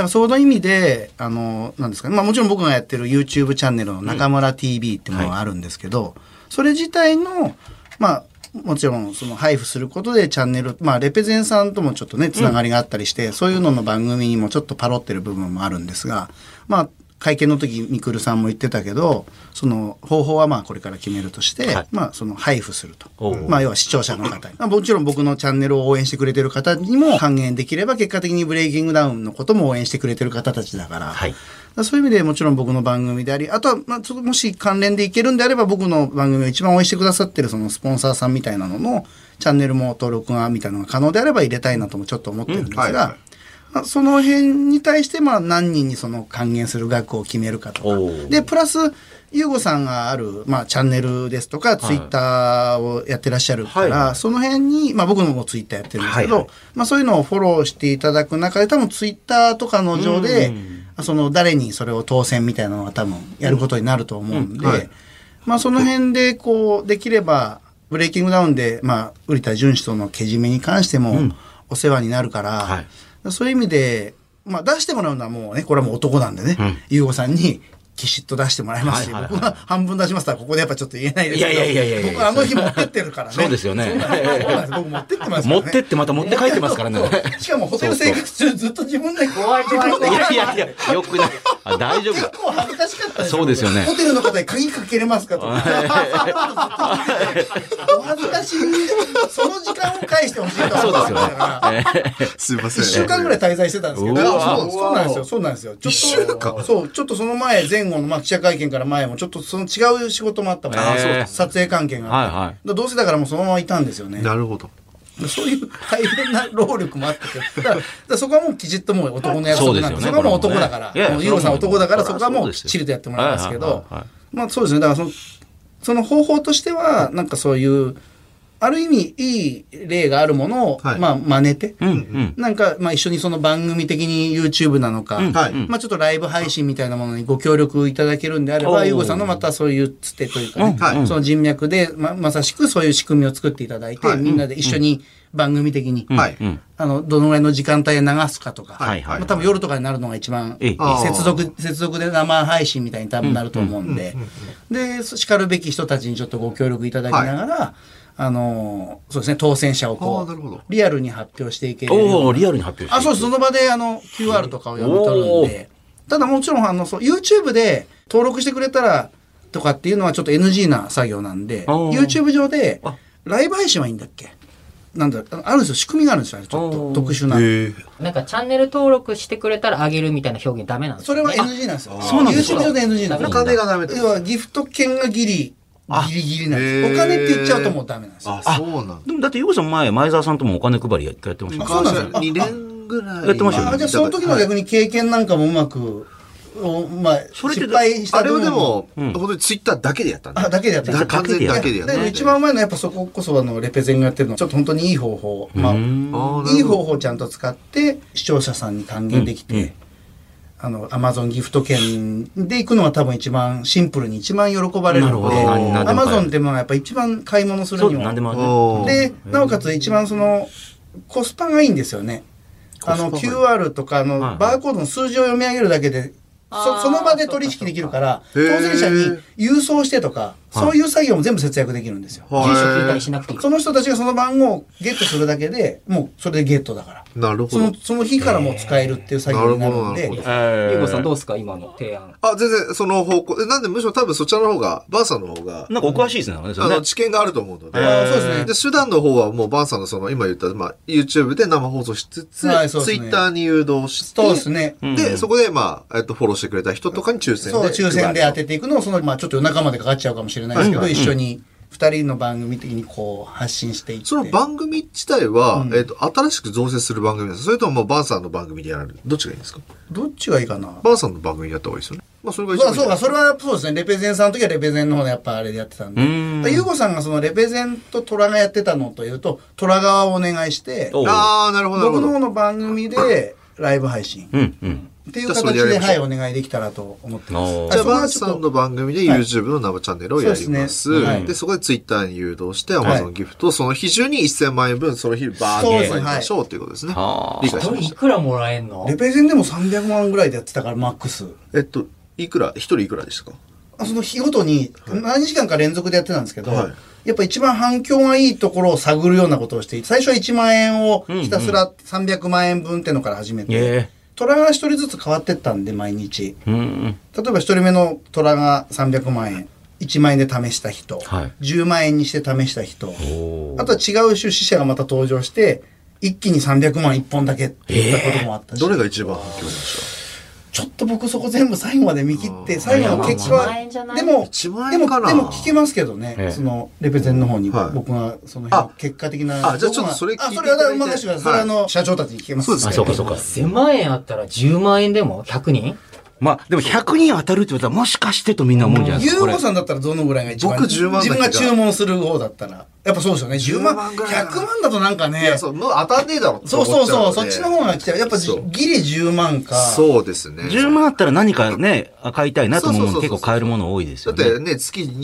Speaker 5: らその意味で、あの、なんですかね、まあもちろん僕がやってる YouTube チャンネルの中村 TV ってものがあるんですけど、それ自体の、まあ、もちろんその配布することでチャンネル、まあ、レペゼンさんともちょっとねつながりがあったりして、そういうのの番組にもちょっとパロってる部分もあるんですが、まあ、会見の時みくるさんも言ってたけどその方法はまあこれから決めるとして、
Speaker 6: はい
Speaker 5: まあ、その配布すると
Speaker 6: おう
Speaker 5: まあ、要は視聴者の方に、まあ、もちろん僕のチャンネルを応援してくれてる方にも還元できれば結果的にブレイキングダウンのことも応援してくれてる方たちだから。
Speaker 6: はい
Speaker 5: だからそういう意味でもちろん僕の番組であり、あとは、まあ、ちょっともし関連でいけるんであれば僕の番組を一番応援してくださってるそのスポンサーさんみたいなののチャンネルも登録がみたいなのが可能であれば入れたいなともちょっと思ってるんですが、
Speaker 3: うんはいはい
Speaker 5: まあ、その辺に対してまあ何人にその還元する額を決めるかとか
Speaker 6: おー。
Speaker 5: で、プラス、ゆうごさんがある、まあ、チャンネルですとか、ツイッターをやってらっしゃるから、
Speaker 6: はいはい
Speaker 5: その辺に、まあ、僕のもツイッターやってるんですけど、
Speaker 6: はいはい
Speaker 5: まあ、そういうのをフォローしていただく中で、多分ツイッターとかの上で、その誰にそれを当選みたいなのが多分やることになると思うんで、
Speaker 3: うんはい
Speaker 5: まあ、その辺で、こう、できれば、ブレイキングダウンで、まあ、瓜田淳史とのけじめに関しても、お世話になるから、
Speaker 6: はい
Speaker 5: そういう意味で、まあ、出してもらうのはもうね、これはもう男なんでね、ゆうごさんにきちっと出してもらいますし、
Speaker 6: はいはいはい
Speaker 5: 僕が半分出しますから、ここでやっぱちょっと言えないですけど、
Speaker 6: いやいやいやいやいや
Speaker 5: 僕あの日持ってってるからね。
Speaker 6: そうですよね
Speaker 5: そうなんですそうなんです僕持ってってますから
Speaker 6: 持
Speaker 5: ね。
Speaker 6: ってってまた持って帰ってますからね。
Speaker 5: しかもホテル生活中ずっと自分で怖い怖い
Speaker 6: *laughs* い
Speaker 5: 怖い。
Speaker 6: やいやいや、よくない。あ大丈夫
Speaker 5: 結構恥ずかしかった
Speaker 6: そうですよね
Speaker 5: ホテルの方に鍵かけれますかとか。 *laughs* お恥ずかしい。その時間を返してほしいと
Speaker 6: そ
Speaker 5: 思
Speaker 6: うで
Speaker 5: っ
Speaker 6: す
Speaker 5: て
Speaker 6: よ
Speaker 5: た
Speaker 6: ね
Speaker 5: から。。
Speaker 3: すいません。
Speaker 5: 一週間ぐらい滞在してたんですけど、
Speaker 6: うわ
Speaker 5: そうそうなんですよ、そうなんですよ。ちょっと
Speaker 3: 一週間
Speaker 5: そう、ちょっとその前、前後の、まあ、記者会見から前も、ちょっとその違う仕事もあったから、
Speaker 6: あそうです
Speaker 5: 撮影関係があって、
Speaker 6: はいは
Speaker 5: だ
Speaker 6: い
Speaker 5: からどうせだからもうそのままいたんですよね。
Speaker 3: なるほど。
Speaker 5: *laughs* そういう大変な労力もあったけど、だからだからそこはもうきちっともう男の約束なんで、
Speaker 6: そうですよね
Speaker 5: そこはもう
Speaker 6: こ
Speaker 5: 男
Speaker 6: れもね
Speaker 5: だから、
Speaker 6: いやいや
Speaker 5: もうユーロさん
Speaker 6: それはも
Speaker 5: 男
Speaker 6: う
Speaker 5: だから、
Speaker 6: そ
Speaker 5: そ
Speaker 6: れは
Speaker 5: こはも
Speaker 6: そう
Speaker 5: う
Speaker 6: ですよ
Speaker 5: きっとやってもらいますけ
Speaker 6: はいは
Speaker 5: ど
Speaker 6: いはいはい、
Speaker 5: まあそうですね、だからその、その方法としては、なんかそういう、ある意味いい例があるものを、
Speaker 3: はい
Speaker 5: まあ真似て、
Speaker 6: うんうん。
Speaker 5: なんか、まあ、一緒にその番組的に YouTube なのか、
Speaker 3: はい
Speaker 5: まあ、ちょっとライブ配信みたいなものにご協力いただけるんであれば、
Speaker 6: おー
Speaker 5: ゆうごさんのまたそういうつてというかね、
Speaker 3: はい
Speaker 5: その人脈でま、まさしくそういう仕組みを作っていただいて、
Speaker 3: はい
Speaker 5: みんなで一緒に番組的に、
Speaker 3: はい。
Speaker 6: うん。
Speaker 5: あの、どのぐらいの時間帯で流すかとか、
Speaker 6: はいはい
Speaker 5: まあ、多分夜とかになるのが一番、
Speaker 6: ええ
Speaker 3: あー
Speaker 5: 接続、接続で生配信みたいに多分なると思うんで、で、そ叱るべき人たちにちょっとご協力いただきながら、あのー、そうですね、当選者を
Speaker 3: あ
Speaker 5: こ
Speaker 3: ーなるほど
Speaker 5: う、リアルに発表していけるような
Speaker 6: おおリアルに発表して
Speaker 5: あ、
Speaker 6: いく
Speaker 5: そうです。その場で、あの、QR とかを読み取るんで。ただもちろん、あの、そう、YouTube で登録してくれたら、とかっていうのはちょっと NG な作業なんで、
Speaker 6: あー
Speaker 5: YouTube 上で
Speaker 6: あ、
Speaker 5: ライブ配信はいいんだっけなんだ、ああるんですよ。仕組みがあるんですよ。あれちょっ
Speaker 6: あー
Speaker 5: と特殊な。
Speaker 3: え
Speaker 8: なんかチャンネル登録してくれたらあげるみたいな表現ダメなんです
Speaker 5: そ
Speaker 8: よ、ね
Speaker 5: れ。は NG なんですよ。
Speaker 6: そうなんですか
Speaker 5: YouTube 上で NG なんです
Speaker 3: お
Speaker 5: よ。
Speaker 3: 金がダメだ。
Speaker 5: 要はギフト券がギリ、ギリギリなんです
Speaker 3: へー
Speaker 5: よ。お金って言っちゃうともうダメなんですよ。
Speaker 3: あ、そうなんだ。
Speaker 6: でもだって、ゆうこさん前、前澤さんともお金配りや一回やってましたもんね
Speaker 5: そうなんです
Speaker 3: 2
Speaker 5: よ
Speaker 3: 年ぐらい。
Speaker 6: やってましたよね
Speaker 5: あじゃあその時の逆に経験なんかもうまく、おまあ、
Speaker 6: それって
Speaker 5: 失敗した
Speaker 3: あれ
Speaker 5: 部
Speaker 3: はで
Speaker 5: 分
Speaker 3: も、
Speaker 6: うん
Speaker 3: 本当にツイッターだけでやったんだ
Speaker 5: あ、だけでやって
Speaker 3: だ完全にだ
Speaker 6: だ
Speaker 3: け
Speaker 6: け
Speaker 3: で
Speaker 6: で
Speaker 3: やっ
Speaker 6: やった
Speaker 5: で
Speaker 3: ん
Speaker 5: も
Speaker 3: だ。
Speaker 5: 一番前のやっぱそここそあのレペゼンがやってるのちょっと本当にいい方法、まあ、
Speaker 6: うん
Speaker 3: あー
Speaker 5: いい方法をちゃんと使って視聴者さんに還元できて、あのアマゾンギフト券で行くのは多分一番シンプルに一番喜ばれるの
Speaker 3: なるほど
Speaker 5: で
Speaker 3: 何何
Speaker 5: ア
Speaker 6: でも買え
Speaker 5: マ
Speaker 6: る
Speaker 5: ゾンってまあやっぱ一番買い物する
Speaker 6: そう、
Speaker 5: に
Speaker 6: なん
Speaker 5: は
Speaker 6: でもあるね
Speaker 3: おー
Speaker 5: でなおかつ一番そのコスパがいいんですよねあの
Speaker 3: コスパが
Speaker 5: QR とかあの
Speaker 6: はいはい
Speaker 5: バーコードの数字を読み上げるだけで
Speaker 8: あ
Speaker 5: そ
Speaker 8: ー
Speaker 5: その場で取引できるから
Speaker 3: そ
Speaker 5: 当
Speaker 3: うかそうか
Speaker 5: 選者に郵送してとか
Speaker 6: はい
Speaker 5: そういう作業も全部節約できるんですよ
Speaker 8: 住所聞いたり
Speaker 3: は
Speaker 8: しなくていい。
Speaker 5: その人たちがその番号をゲットするだけで、もうそれでゲットだから。
Speaker 3: い。なるほ
Speaker 5: そ
Speaker 3: ど
Speaker 5: の、。その日からもう使えるっていう作業になるん
Speaker 3: なる
Speaker 5: で
Speaker 3: ほどなるほ、
Speaker 6: えー
Speaker 4: ゆうこさんどうですか今の提案。
Speaker 3: あ、全然、その方向。えなんで、むしろ多分そちらの方が、バーさんの方が、
Speaker 6: なんかお詳しいですね、なんかねそ
Speaker 3: あ
Speaker 6: れ
Speaker 3: の、
Speaker 6: ね。
Speaker 3: 知見があると思うので。
Speaker 5: あーそうですね
Speaker 3: で、手段の方はもう、バンさんのその、今言った、まあ、YouTube で生放送しつつ、
Speaker 5: はいそうで
Speaker 3: ツ
Speaker 5: す
Speaker 3: イ
Speaker 5: ね
Speaker 3: ッターに誘導して、
Speaker 5: そうですね。
Speaker 6: ん
Speaker 3: で、そこで、まあ、えっと、フォローしてくれた人とかに抽選で。
Speaker 5: そう、抽選で当て
Speaker 3: て。
Speaker 5: ていくのを、その、まあちょっと夜中までかかっちゃうかもしれないですけ
Speaker 3: は
Speaker 5: ど、
Speaker 3: い
Speaker 5: 一緒に二人の番組的にこう発信していって。
Speaker 3: その番組自体は、
Speaker 5: うん
Speaker 3: えっと、新しく造成する番組なんですかそれとももう、バンさんの番組でやられるどっちがいいんですか
Speaker 5: どっちがいいかな
Speaker 3: バンさんの番組でやった方がいいですよね。まあ、それが一
Speaker 5: そう
Speaker 3: 番い
Speaker 5: か、
Speaker 3: い。
Speaker 5: そうか、それはそうですね。レペゼンさんの時はレペゼンの方でやっぱあれでやってたんで。
Speaker 6: うん
Speaker 5: だからゆうごさんがそのレペゼンと虎がやってたのというと、虎側をお願いして、
Speaker 6: おう
Speaker 3: ああ、なるほど、なる
Speaker 5: 僕
Speaker 3: ほど
Speaker 5: の方。の番組でライブ配信。
Speaker 6: うんうん。
Speaker 5: っていう形で、はい、お願いできたらと思ってます。
Speaker 6: お
Speaker 5: あ
Speaker 6: ー
Speaker 3: じゃあ、
Speaker 5: そこ
Speaker 3: バ
Speaker 5: は
Speaker 3: ン
Speaker 5: ち
Speaker 3: さ
Speaker 5: ょっ
Speaker 3: んの
Speaker 5: と
Speaker 3: 番組で YouTube の生チャンネルをやりま。
Speaker 5: そうですすねはい
Speaker 3: で、そこで Twitter に誘導して、
Speaker 5: い
Speaker 3: Amazon ギフトをその日中に1000万円分、その日バー
Speaker 5: そう
Speaker 3: ン
Speaker 5: で
Speaker 3: と
Speaker 5: す
Speaker 3: 買
Speaker 5: ね
Speaker 3: いましょうっていうことですね。
Speaker 6: はあ
Speaker 3: 理解し
Speaker 8: ど
Speaker 3: ま
Speaker 8: れ
Speaker 3: し
Speaker 8: い
Speaker 3: た。
Speaker 8: くらもらえんの
Speaker 5: レペゼンでも300万ぐらいでやってたから、マックス。
Speaker 3: えっと、いくら、一人いくらでしたか
Speaker 5: あその日ごとに、何時間か連続でやってたんですけど、
Speaker 3: はい
Speaker 5: やっぱ一番反響がいいところを探るようなことをして、最初は1万円をひたすら300万円分っていうのから始めて、
Speaker 6: え
Speaker 5: 虎が一人ずつ変わってったんで、毎日。
Speaker 6: え。うん。
Speaker 5: 例えば一人目の虎が300万円。1万円で試した人、
Speaker 6: はい
Speaker 5: 10万円にして試した人、
Speaker 6: おー
Speaker 5: あとは違う出資者がまた登場して、一気に300万1本だけって言ったこともあったし、
Speaker 3: どれが一番反響ありまし
Speaker 5: ちょっと僕そこ全部最後まで見切って、最後の結果
Speaker 8: いやまあまあまあ一万円じゃな
Speaker 5: は、
Speaker 8: い
Speaker 5: でも、
Speaker 3: 一万
Speaker 5: で
Speaker 3: 円
Speaker 5: も、
Speaker 3: かな
Speaker 5: でも聞けますけど
Speaker 6: え
Speaker 5: ね、
Speaker 6: え
Speaker 5: その、レペゼンの方に、
Speaker 3: はい
Speaker 5: 僕が、その
Speaker 3: あ
Speaker 5: 辺、結果的な。
Speaker 3: あじゃあちょっとそれ聞い
Speaker 5: 僕が
Speaker 3: てい
Speaker 5: あ、そ
Speaker 3: ただいて
Speaker 5: れはだから任せてください。それはあ
Speaker 3: は
Speaker 5: の、社長たちに聞けます。
Speaker 3: そうです
Speaker 6: あ、
Speaker 3: ね
Speaker 6: そうかそうか。
Speaker 8: 10万円あったら10万円でも100人
Speaker 6: まあ、でも100人当たるって言ったら、もしかしてとみんな思うんじゃないです
Speaker 5: ゆ
Speaker 6: か。こ
Speaker 5: う
Speaker 6: れ
Speaker 5: こさんだったらどのぐらいが一番
Speaker 3: 僕10万だけ
Speaker 5: 自
Speaker 3: ど
Speaker 5: 分が注文する方だったら。やっぱそうです
Speaker 3: 10
Speaker 5: よね。10
Speaker 3: 万
Speaker 5: 万。
Speaker 3: ぐらいだな
Speaker 5: 100万だとなんか
Speaker 3: たい
Speaker 5: ね
Speaker 3: や、。そう、もう当たんねえだろって
Speaker 5: そ
Speaker 3: 思
Speaker 5: う
Speaker 3: ちゃ
Speaker 5: そう
Speaker 3: ので
Speaker 5: そう。そっちの方が来ちゃう。やっぱじ
Speaker 3: そう
Speaker 5: ギリ10万か。
Speaker 3: そうですね。
Speaker 6: 10万あったら何かね、買いたいなと思うも
Speaker 3: そ
Speaker 6: の
Speaker 3: うそうそう
Speaker 6: 結
Speaker 3: そう
Speaker 6: 構買えるもの多いで
Speaker 3: だ
Speaker 6: すよ
Speaker 3: っ
Speaker 6: ね。
Speaker 3: てね、月2、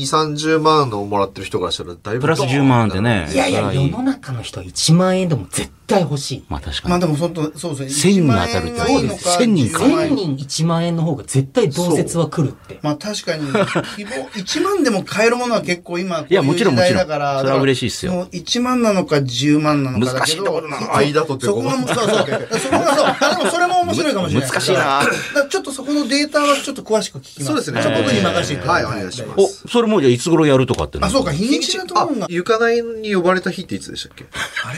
Speaker 3: 30万のもらってる人からしたらだいぶ。
Speaker 6: プラス10万で。ね。
Speaker 8: いやい
Speaker 6: それ
Speaker 8: や、
Speaker 6: はい
Speaker 8: 世
Speaker 6: い
Speaker 8: の中の人は1万円でも絶対欲しい。
Speaker 6: まあ確か
Speaker 5: まあ
Speaker 6: に。
Speaker 5: でも、そんとそうですね。
Speaker 6: 1000人当たるってこ
Speaker 5: 1万円が
Speaker 6: とです
Speaker 5: いいのか
Speaker 6: 1000人か
Speaker 5: 10万円
Speaker 8: 1000人1万円の
Speaker 4: の方が絶対同説は来るって。
Speaker 5: まあ確かに、希望、1
Speaker 6: *laughs*
Speaker 5: 万でも買えるものは結構今、こう
Speaker 6: いや
Speaker 5: う
Speaker 6: もちろん
Speaker 5: 時代だから
Speaker 6: もちろんそれは嬉しいっすよ
Speaker 5: もう1万なのか10万なのかだけど。
Speaker 6: 難しいところな
Speaker 5: そう
Speaker 3: 間とって
Speaker 5: そこが、そうそう。そ
Speaker 6: *laughs*
Speaker 5: こがそう。あでもそれも面白いかもしれない。
Speaker 6: 難しいな
Speaker 5: だからちょっとそこのデータはちょっと詳しく聞きます。
Speaker 3: そうですね
Speaker 5: ちょっと僕に任せていただ
Speaker 3: はいい、
Speaker 5: て
Speaker 3: お願いしま
Speaker 6: お、
Speaker 3: す。
Speaker 6: それもうじゃあいつ頃やるとかっての
Speaker 5: あ、
Speaker 6: は
Speaker 5: そうか、日にちのと
Speaker 3: あ
Speaker 5: ころが、。
Speaker 3: 行かないに呼ばれた日っていつでしたっけ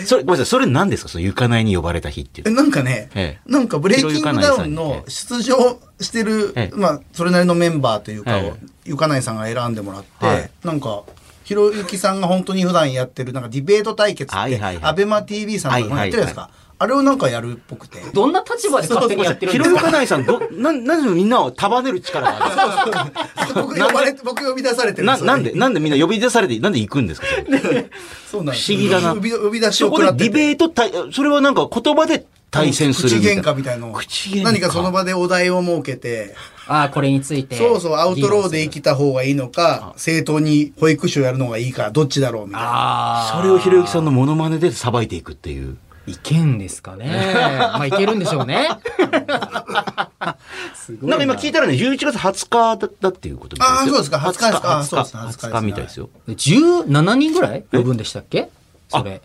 Speaker 6: それ、ごめんなさい、それ何ですかその行かないに呼ばれた日っていう
Speaker 5: え
Speaker 6: の。
Speaker 5: なんかね、
Speaker 6: ええ
Speaker 5: なんかブレイキングダウンの出場してる、
Speaker 6: ええ
Speaker 5: まあ、それなりのメンバーというかを、
Speaker 6: ええ
Speaker 5: ゆかないさんが選んでもらって、
Speaker 6: はい
Speaker 5: なんか、ひろゆきさんが本当に普段やってる、なんかディベート対決って、
Speaker 6: はいはいはい
Speaker 5: アベマ TV さんとかもやってるやつか、
Speaker 6: は
Speaker 5: あれをなんかやるっぽくて。
Speaker 4: どんな立場で勝手にやってるんで
Speaker 6: ひろ
Speaker 4: す
Speaker 6: ゆ
Speaker 4: か
Speaker 6: かないさん、ど、な、なぜみんなを束ねる力
Speaker 5: *laughs*
Speaker 6: があ
Speaker 5: 僕
Speaker 6: る
Speaker 5: 呼ばれて、僕呼び出されてる
Speaker 6: な、
Speaker 5: それ
Speaker 6: なんで、なんでみんな呼び出されて、なんで行くんですかそれ
Speaker 5: そうなんです
Speaker 6: 不思議だな
Speaker 5: 呼び呼び出しを
Speaker 6: そ
Speaker 5: 食
Speaker 6: こで
Speaker 5: らっ
Speaker 6: デ
Speaker 5: て
Speaker 6: ィ
Speaker 5: て。
Speaker 6: ベート対、それはなんか言葉で対戦する
Speaker 5: 口
Speaker 6: みたい
Speaker 5: 喧
Speaker 6: な。
Speaker 5: 嘩みたいのを
Speaker 6: 口喧嘩
Speaker 5: 何かその場でお題を設けて、
Speaker 8: ああ、これについて。
Speaker 5: そうそう、アウトローで生きた方がいいのか、正当に保育士をやるのがいいか、どっちだろうみたいな。
Speaker 6: それをひろゆきさんのモノマネでさばいていくっていう。
Speaker 8: いけんですか
Speaker 5: *laughs*
Speaker 8: ね。まあ、いけるんでしょうね。すごい
Speaker 6: なんか今聞いたらね、11月20日だったっていうことみたい
Speaker 5: あーそうですか20日ですか
Speaker 6: 20日、
Speaker 5: あーそうですね
Speaker 6: 20日みたいですよ。
Speaker 8: 17人ぐらい呼ぶんでしたっけそれ。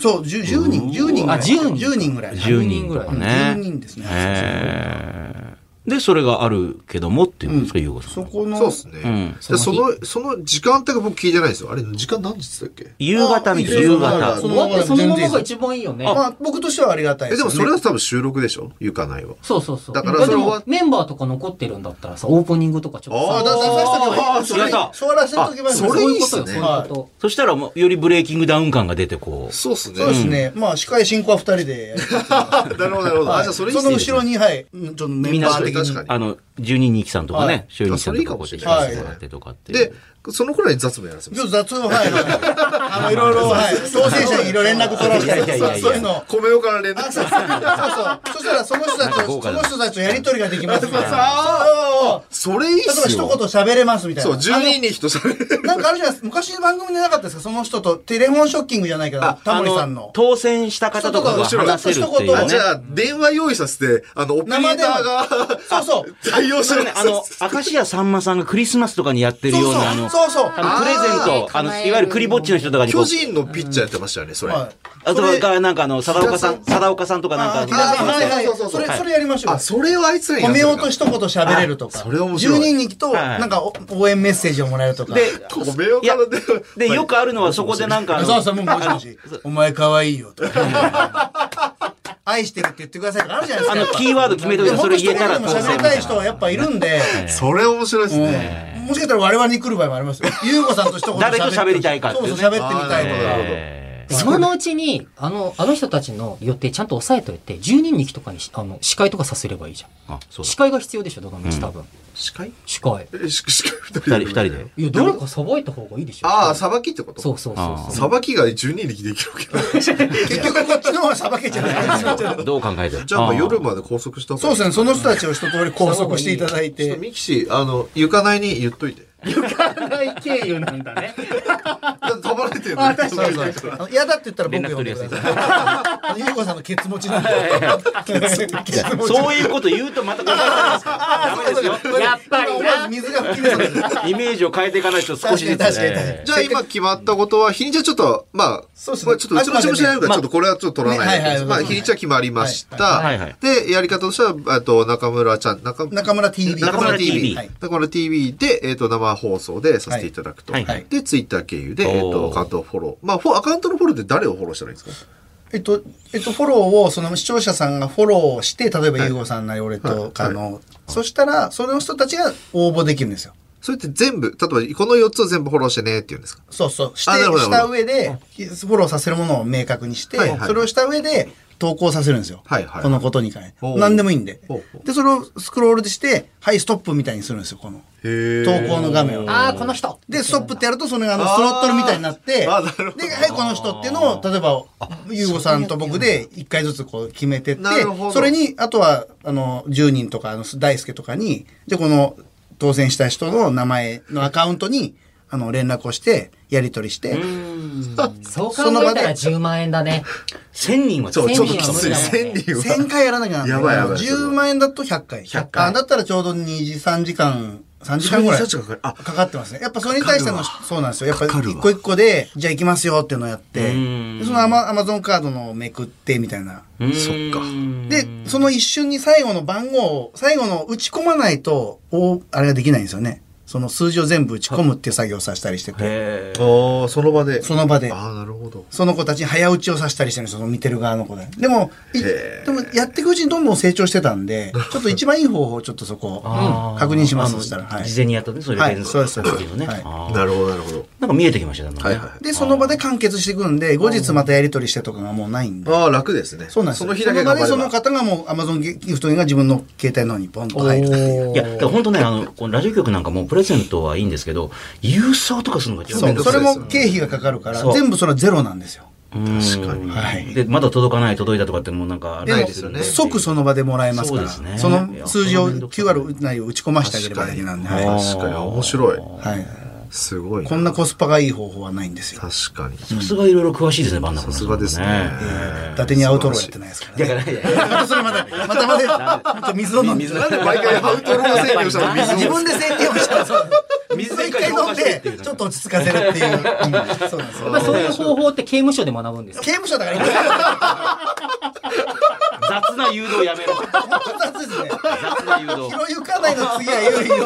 Speaker 5: そう、10, 10人、10人ぐらい。
Speaker 8: あ10人
Speaker 5: 人ぐらい。
Speaker 6: 10人とかね。
Speaker 5: 10人ですね
Speaker 6: えーで、それがあるけどもっていうことですか、ゆうごさん
Speaker 5: そ
Speaker 6: は。
Speaker 5: この、
Speaker 3: そうですね
Speaker 6: うん。
Speaker 3: でその、その時間帯が僕聞いてないんですよ。あれ、時間何時って言ったっけ
Speaker 6: 夕方みたいな、
Speaker 5: あ
Speaker 6: 夕
Speaker 5: あ
Speaker 6: 方
Speaker 5: そ。の
Speaker 4: 終わってそのままが一番いいよね。
Speaker 5: まあ、僕としてはありがた
Speaker 3: え、
Speaker 5: いす
Speaker 3: で
Speaker 5: よ
Speaker 3: も
Speaker 5: ね
Speaker 3: それは多分収録でしょ行かないは。
Speaker 8: そうそうそう。
Speaker 3: だから
Speaker 8: いや
Speaker 3: そ
Speaker 8: で
Speaker 3: れは
Speaker 8: も、メンバーとか残ってるんだったらさ、オープニングとかちょっと
Speaker 3: あ
Speaker 5: あ
Speaker 3: ー
Speaker 5: だ出させておけば
Speaker 6: あ
Speaker 5: いい。座らせておけばいい。
Speaker 3: あそれ
Speaker 8: そう
Speaker 3: いいう
Speaker 8: い
Speaker 3: っ
Speaker 8: こと
Speaker 3: す
Speaker 8: よ、
Speaker 3: ね
Speaker 8: そういうこと。
Speaker 6: そしたらもう、よりブレーキングダウン感が出てこう。
Speaker 3: そうっすね
Speaker 5: そうですね。まあ、司会進行は2人でやる。
Speaker 3: あなるほど、なるほど。あ、じゃあそれいいっ
Speaker 5: そ
Speaker 3: す
Speaker 5: の
Speaker 3: ね
Speaker 5: 後ろに、はい、ちょっとメンバー的
Speaker 3: みんな確か
Speaker 5: に
Speaker 3: に。
Speaker 6: あの、十人二期さんとか
Speaker 5: はい
Speaker 6: ね、周二さんとかこうやって来てもらってとかっていう。
Speaker 3: で、その頃に雑務やらせま
Speaker 5: ちょっ
Speaker 3: す。
Speaker 5: と雑音、はい。あの、いろいろ、はい。当選者にいろいろ連絡取らせたり
Speaker 6: いやいやいやいや
Speaker 5: そうそういうの。
Speaker 3: 米岡から連
Speaker 5: あ
Speaker 3: 絡
Speaker 5: そうそうそうそう。そしたら、その人たち
Speaker 6: なんか
Speaker 5: と、
Speaker 6: 豪華
Speaker 5: その人
Speaker 6: だな
Speaker 5: たちとやりとりができますから。そう
Speaker 3: それいいっ
Speaker 5: 例えば
Speaker 3: す
Speaker 5: 一
Speaker 3: よ。
Speaker 5: 言喋れますみたい
Speaker 3: そう、
Speaker 5: な。
Speaker 3: 10人に人喋る。
Speaker 5: なんかあるじゃないですか。昔の番組でなかったですかその人とテレフォンショッキングじゃないけど、タモリさんの。
Speaker 6: 当選した方とかが
Speaker 5: そうとか
Speaker 6: 話せるってい
Speaker 5: そうう
Speaker 3: あ
Speaker 6: ね
Speaker 3: じ。ゃあ、電話用意させて、あの、オペレーターが
Speaker 5: そうそう。
Speaker 3: 対応し
Speaker 6: そ
Speaker 3: ろ
Speaker 6: れね、あの、明石家さんまさんがクリスマスとかにやってる
Speaker 5: そう
Speaker 6: よう
Speaker 5: そう
Speaker 6: な、あの、
Speaker 5: そうそう。
Speaker 6: あのプレゼント、あ
Speaker 8: あー
Speaker 6: の、いわゆるクリぼっちの人とかにこう
Speaker 3: 巨、人のピッチャーやってましたよね、それ。
Speaker 5: はい
Speaker 6: あとはなんかあの、貞岡さん、
Speaker 3: 木
Speaker 6: 貞岡さんとかな
Speaker 5: あ
Speaker 6: ん
Speaker 5: ー
Speaker 6: か、
Speaker 5: あーはいはい
Speaker 3: そうそう
Speaker 5: そ
Speaker 3: そう
Speaker 5: れ、それやりましょう
Speaker 3: あ、。それをあいつらに
Speaker 5: 褒めようと
Speaker 3: し
Speaker 5: 一言喋れるとか。
Speaker 3: あそれ面白い
Speaker 5: 10人に来と、
Speaker 6: はいはい
Speaker 5: なんかお応援メッセージをもらえるとか。
Speaker 6: で、
Speaker 3: 褒めよう
Speaker 6: いや
Speaker 3: から電話。
Speaker 6: で、よくあるのはそこでなんかあ
Speaker 5: そう
Speaker 6: の、
Speaker 5: そう、もうもしもし。お前可愛いよとか愛してるって言ってくださいとかあるじゃないです
Speaker 6: あ
Speaker 5: か。
Speaker 6: の、キーワード決めといて、それ言えたら
Speaker 5: でも
Speaker 6: 当
Speaker 5: 本当一人でも喋り
Speaker 6: 選
Speaker 5: たい人はやっぱいるんで、
Speaker 3: それ面白いですね。
Speaker 5: うんもしかしたら我々に来る場合もあります
Speaker 6: *laughs*
Speaker 5: よ。ゆうこさんと一言
Speaker 6: 誰と喋りたいかって
Speaker 5: そ
Speaker 6: いうう
Speaker 5: そ
Speaker 6: ね
Speaker 5: う、喋ってみたいと
Speaker 3: あーなるほ
Speaker 5: か
Speaker 3: ど。
Speaker 6: えー
Speaker 8: 今のうちに、あの、あの人たちの予定ちゃんと押さえといて、10人に来とかにし、あの、司会とかさせればいいじゃ
Speaker 6: あ、そ
Speaker 8: ん。
Speaker 6: う
Speaker 8: 司会が必要でしょ、どのみち多分。
Speaker 3: 司会
Speaker 8: 司会。
Speaker 3: え、し司会二
Speaker 6: 二
Speaker 3: 人
Speaker 6: 人、二人で。
Speaker 8: いや、誰かさばいた方がいいでしょ。
Speaker 3: ああ、さばきってこと
Speaker 8: そうそうそう
Speaker 6: あ
Speaker 8: そう。
Speaker 3: さばきが10人力できるわけない。
Speaker 5: 結局こっちの方が裁けちゃう。
Speaker 6: どう考えてる
Speaker 3: じゃあ、まあ夜まで拘束した方
Speaker 5: そうですね、
Speaker 3: ね。
Speaker 5: その人たちを一通り拘束していただい
Speaker 3: ちょってと。ミキシー、あの、行かないに言っといて。
Speaker 8: 大経由なんだ *laughs* ね。
Speaker 3: だって飛ばれてるの
Speaker 5: あ確かにそうそうあの嫌だって言ったら僕呼んでください。あのゆうこさんのケツ持ちなんで。ケツ持ち。
Speaker 6: そういうこと言うとまた考えたらですかダメですよ。
Speaker 8: やっぱり
Speaker 5: 思わず
Speaker 8: な。
Speaker 5: 水が吹き出そうです。
Speaker 6: イメージを変えていかないと少しずつ、ね。
Speaker 5: 確かに確かに確かに
Speaker 3: じゃあ今決まったことは、日にちはちょっと、まあ、
Speaker 5: そうですね
Speaker 3: まあちょっとうちの事務所にあるから、
Speaker 6: まあ
Speaker 3: ちょっとこれはちょっと取らない
Speaker 5: ねはい
Speaker 3: で
Speaker 5: はい
Speaker 3: まあ
Speaker 5: はい
Speaker 3: 日にちは決まりました。
Speaker 6: はいはい
Speaker 3: で、やり方としては、えっと、中村ちゃん、中
Speaker 5: 中村 TV。
Speaker 3: 中村
Speaker 6: TV
Speaker 5: はい
Speaker 3: 中村 TV で、えっ、と、生放送でさせていただくと。
Speaker 6: はいはい
Speaker 3: で、ツイッター経由で、えっ、と、
Speaker 6: おー
Speaker 3: アカウントをフォロー。まあ、フォアカウントのフォローって誰をフォローしたらいいんですか
Speaker 5: えっと、えっと、フォローを、その視聴者さんがフォローして、例えばゆうごさんなり俺とかの、そしたら、その人たちが応募できるんですよ。
Speaker 3: それって全部、例えばこの4つを全部フォローしてねって言うんですか
Speaker 5: そうそう。し
Speaker 3: あ
Speaker 5: て、
Speaker 3: なるほど
Speaker 5: した上で、フォローさせるものを明確にして、
Speaker 3: はいはい
Speaker 5: それをした上で投稿させるんですよ。
Speaker 3: はいはい
Speaker 5: このことに関して。
Speaker 3: ほう
Speaker 5: 何でもいいんで
Speaker 3: ほうほ。う
Speaker 5: で、それをスクロールでして、はい、ストップみたいにするんですよ、この。
Speaker 3: へ
Speaker 5: 投稿の画面を。
Speaker 8: ああ、この人。
Speaker 5: で、ストップってやると、それがあの、スロットルみたいになって、で、
Speaker 3: あーなるほど
Speaker 5: はい、この人っていうのを、例えば、ゆうごさんと僕で一回ずつこう決めてって
Speaker 3: なるほ、ど
Speaker 5: それに、あとは、あの、10人とか、あの、大輔とかに、で、この、当選した人の名前のアカウントに、あの、連絡をして、やり取りして、
Speaker 8: そう考
Speaker 5: その場
Speaker 8: え
Speaker 5: で
Speaker 8: たら10万円だね。
Speaker 6: 1000人は
Speaker 3: そう、ちょっときつい。
Speaker 8: 千
Speaker 3: 千
Speaker 8: 人
Speaker 3: 人は。
Speaker 5: 1000回やらなきゃなん
Speaker 3: やばいやばい
Speaker 5: 10万円だと100回。
Speaker 6: 100回
Speaker 5: あだったらちょうど2時、3時間、3時間ぐら
Speaker 3: それに
Speaker 5: い。
Speaker 3: そっちがかかるあ
Speaker 5: かかってますね。やっぱそれに対しての、
Speaker 3: かかる
Speaker 5: そうなんですよ。やっぱ
Speaker 3: かかるわ
Speaker 5: 一個一個で、じゃあ行きますよっていうのをやって、
Speaker 6: うん
Speaker 5: でそのアマアマゾンカードのめくってみたいな。
Speaker 6: そっか。
Speaker 5: で、その一瞬に最後の番号を、最後の打ち込まないと、おあれができないんですよね。その数字を全部打ち込むっていう作業をさせたりしてて、
Speaker 6: へー
Speaker 3: ああ、その場で。
Speaker 5: その場で。
Speaker 3: ああ、なるほど。
Speaker 5: その子たちに早打ちをさせたりしてるんですよその見てる側の子で。でも、い
Speaker 3: へー
Speaker 5: でもやっていくうちにどんどん成長してたんで、ちょっと一番いい方法をちょっとそこ、
Speaker 6: あー
Speaker 5: 確認します、
Speaker 6: あの
Speaker 5: そしたら。はい
Speaker 6: 事前にやったね、そういう
Speaker 5: はい
Speaker 6: 連
Speaker 5: そう
Speaker 6: 鎖
Speaker 5: ですそうです
Speaker 6: 時のね。
Speaker 5: はい
Speaker 6: あー
Speaker 3: なるほど、なるほど。
Speaker 6: なんか見えてきましたね。なんか
Speaker 3: は
Speaker 6: ね
Speaker 3: いはい。
Speaker 5: で、その場で完結してくるんで、後日またやり取りしてとかがもうないんで。
Speaker 3: ああ、楽ですね。
Speaker 5: そうなんです
Speaker 3: そ
Speaker 5: よ
Speaker 3: の日だけ
Speaker 5: その
Speaker 3: 頑張
Speaker 5: 場で
Speaker 3: れ
Speaker 5: その
Speaker 3: ば。
Speaker 5: 方がもう Amazon ギフトが自分の携帯の方にポンと入るっていう。
Speaker 6: いや、だから本当ね、あの、このラジオ局なんかもうプレゼントはいいんですけど、郵送とかするのがちょっと
Speaker 5: そ
Speaker 6: 面
Speaker 5: う、
Speaker 6: 倒
Speaker 5: そ
Speaker 6: くさ
Speaker 5: れ
Speaker 6: い。
Speaker 5: も経費がかかるから
Speaker 6: そう、
Speaker 5: 全部それはゼロなんですよ。
Speaker 6: 確
Speaker 3: かに
Speaker 5: はい
Speaker 6: で、まだ届かない、届いたとかってもうなんか、
Speaker 5: で
Speaker 6: な
Speaker 5: も
Speaker 6: いですよね。
Speaker 5: 即その場でもらえますから、
Speaker 6: そ
Speaker 5: そう
Speaker 6: ですね
Speaker 5: の数字
Speaker 6: い
Speaker 5: を
Speaker 6: や
Speaker 5: 9割内を打ち込ませてあげればいいなんで、
Speaker 3: 確
Speaker 5: は
Speaker 3: かに、面白い。
Speaker 5: いはい。
Speaker 3: すごい。
Speaker 5: こんなコスパがいい方法はないんですよ。
Speaker 3: 確かに。
Speaker 6: さすがいろいろ詳しいですね、バンダム
Speaker 3: さすがですね。
Speaker 5: 伊達にアウトローやってないですからね。
Speaker 6: から、いや
Speaker 5: ま *laughs* たそれまた、またまた、ちょっと水を飲んで。
Speaker 3: なんで毎回アウトロー制御したら水
Speaker 5: *laughs* 自
Speaker 3: を
Speaker 5: 分で宣言をしたら、
Speaker 6: 水
Speaker 5: 水
Speaker 6: を
Speaker 5: を
Speaker 6: 一
Speaker 5: 一
Speaker 6: 回
Speaker 5: 回
Speaker 6: 飲
Speaker 5: 飲
Speaker 6: ん
Speaker 5: ん
Speaker 6: で
Speaker 5: で、ちょっと落ち着かせるっていう。うんそうなんですよ。
Speaker 8: まあ、そういう方法って刑務所で学ぶんです
Speaker 5: 刑
Speaker 8: よ。
Speaker 5: 務所だから、
Speaker 6: 雑な誘導やめろ。
Speaker 5: 本当ですね。
Speaker 6: 雑な誘導。
Speaker 5: 広ゆかないの次は有利よ。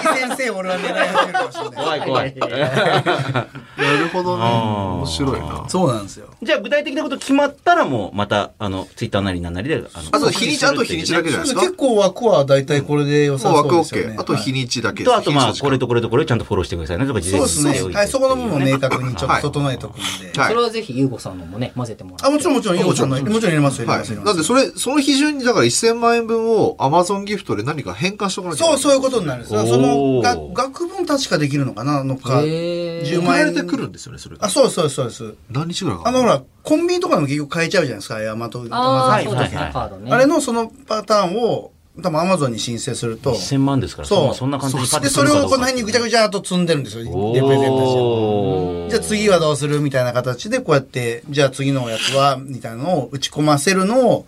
Speaker 5: 次先生、俺は狙い始めるかもしれない。
Speaker 6: 怖い怖い。
Speaker 3: なるほどね。
Speaker 6: あー
Speaker 3: 面白いな。
Speaker 5: そうなんですよ。
Speaker 6: じゃあ具体的なこと決まったらもうまた、あの、ツイッターなりなんなりで、あの、
Speaker 3: あと日にち、あと日にちだけじゃないですか。
Speaker 5: 結構枠は大体これで良さ
Speaker 3: もう
Speaker 5: そ
Speaker 3: 枠
Speaker 5: うですよ
Speaker 3: OK。
Speaker 5: ね。
Speaker 3: あと日にちだけ
Speaker 6: と、あとまあ、これ
Speaker 3: と。
Speaker 6: とこれとこれをちゃんとフォローしてくださいねとか、事
Speaker 5: そ
Speaker 6: 前
Speaker 5: うですね
Speaker 6: に言っておい。て
Speaker 5: はい、そこの部分を明
Speaker 6: っていうね
Speaker 5: 確にちょっと整えておくんで。
Speaker 3: はい
Speaker 8: それはぜひ、ゆうごさんのもね、混ぜてもらって。
Speaker 5: あ、もちろんもちろん、ゆうこちゃんの、もちろん入れますよ、入れ
Speaker 3: は
Speaker 5: ますよ。
Speaker 3: い。なんで、それ、その基準に、だから1000万円分を Amazon ギフトで何か変換しておかなきゃいけな
Speaker 5: そう、
Speaker 3: い。
Speaker 5: そういうことになるんです。だからそ
Speaker 6: お
Speaker 5: の、が
Speaker 6: ー
Speaker 5: 学分確かできるのかなのか、
Speaker 8: へー
Speaker 5: 10
Speaker 3: 送
Speaker 5: 万
Speaker 3: られ
Speaker 5: 円。
Speaker 3: てくるんですよね、それが
Speaker 5: あ、。そうですそうです、そうです。
Speaker 3: 何日ぐらいか
Speaker 5: あ
Speaker 3: かる
Speaker 5: の、ほら、コンビニとかでも結局買えちゃうじゃないですか、ヤマト、
Speaker 8: ああ、
Speaker 5: Amazon
Speaker 8: そうですね、
Speaker 6: はい
Speaker 8: カードね。
Speaker 5: あれのそのパターンを、多分アマゾンに申請すると、
Speaker 6: 1000万ですから、
Speaker 5: そう
Speaker 6: そそんな感じでパッ
Speaker 5: で、
Speaker 6: と
Speaker 5: それをこの辺にぐちゃぐ
Speaker 6: ち
Speaker 5: ちゃと積んでるんですよ、
Speaker 6: お
Speaker 5: レプレゼンたちを。
Speaker 6: ー
Speaker 5: じゃあ次はどうするみたいな形で、こうやって、じゃあ次のやつは、みたいなのを打ち込ませるのを、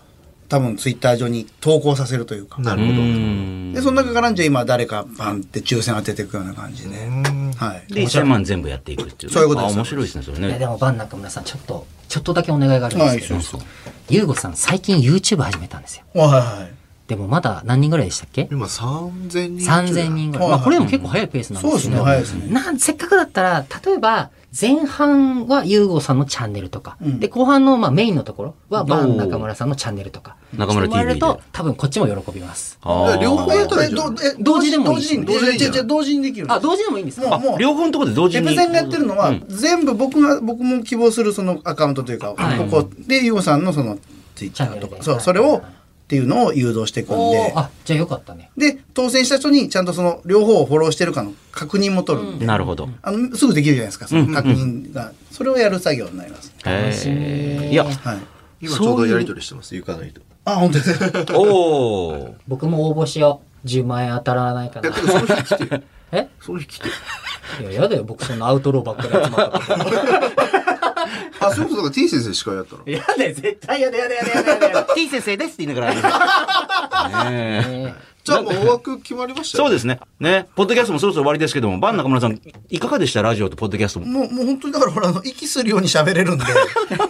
Speaker 5: 多分ツイッター上に投稿させるというか。
Speaker 3: なる
Speaker 6: う
Speaker 3: ほど。
Speaker 6: ん
Speaker 5: で、その中からじゃあ今誰かバンって抽選当てていくような感じで。はい。
Speaker 6: で、1000万全部やっていくっていうね。
Speaker 5: そういうことです
Speaker 6: あ面白いですね、それ
Speaker 8: いやで
Speaker 6: ね。
Speaker 8: も、バン中村さん、ちょっと、ちょっとだけお願いがあるんですけど、
Speaker 5: はいそうそう
Speaker 8: ゆうごさん、最近 YouTube 始めたんですよ。
Speaker 5: はいはいはい。
Speaker 8: でも、まだ何人ぐらいでしたっけ
Speaker 3: 今3000人。
Speaker 8: 3000人ぐらい。
Speaker 5: は
Speaker 8: ま
Speaker 5: い
Speaker 8: あ、これでも結構早いペースなんですけ
Speaker 5: そうですね
Speaker 8: ど、
Speaker 5: 早いですね
Speaker 8: なんせっかくだったら、例えば、前半はユーゴさんのチャンネルとか、
Speaker 5: うん
Speaker 8: で、後半のまあメインのところは、バン中村さんのチャンネルとか、
Speaker 6: おー中村
Speaker 8: してもらえ
Speaker 6: TV
Speaker 8: ると
Speaker 6: で、
Speaker 8: 多分こっちも喜びます。
Speaker 6: あー
Speaker 3: で両方やったらいいじゃん。
Speaker 5: え
Speaker 8: 同時でもいいし
Speaker 5: 同時に、同時に同時にできる。
Speaker 8: あ、同時でもいいんです
Speaker 5: も
Speaker 8: か
Speaker 5: うもう
Speaker 6: 両方のところで同時
Speaker 5: レ
Speaker 6: に。
Speaker 5: プゼンがやってるのは、
Speaker 6: うん
Speaker 5: 全部僕が、僕も希望するそのアカウントというか、
Speaker 8: はい
Speaker 5: ここで、ゆうごさんのその、ツイッターと
Speaker 8: チャンネル
Speaker 5: か、
Speaker 8: で
Speaker 5: そう、
Speaker 8: はい
Speaker 5: それを、っていうのを誘導していくん
Speaker 8: お
Speaker 5: で
Speaker 8: ー、あ、じゃあよかったね。
Speaker 5: で、当選した人にちゃんとその、両方をフォローしてるかの確認も取るんで、
Speaker 6: なるほど。
Speaker 5: あの、すぐできるじゃないですか、その確認が。それをやる作業になります。
Speaker 6: 楽
Speaker 8: しみ
Speaker 6: いや、
Speaker 5: はい。
Speaker 3: 今ちょうどやりとりしてます、ゆかないと。
Speaker 5: あ、本当ですか。
Speaker 6: おお。
Speaker 8: 僕も応募しよう。10万円当たらないか
Speaker 3: い
Speaker 8: な
Speaker 3: や、。けどその日来
Speaker 5: *laughs*
Speaker 3: てよ。
Speaker 8: え
Speaker 3: その日来てよ。
Speaker 8: いや、やだよ。僕そんなアウトローばっかり集まったから。
Speaker 3: あ、そういうことだから T 先生司会やったら。
Speaker 6: やだよ、絶対やだやだやだやだやだ。T 先生ですって言いながら。ねえ
Speaker 8: ね
Speaker 3: じゃあもう大枠決まりました。
Speaker 6: そうですすね。ね。ポッドキャストもそろそろ終わりですけども、バン中村さん、いかがでしたラジオとポッドキャストも。
Speaker 5: もう、もう本当にだから、ほら、あの息するように喋れるん *laughs* で。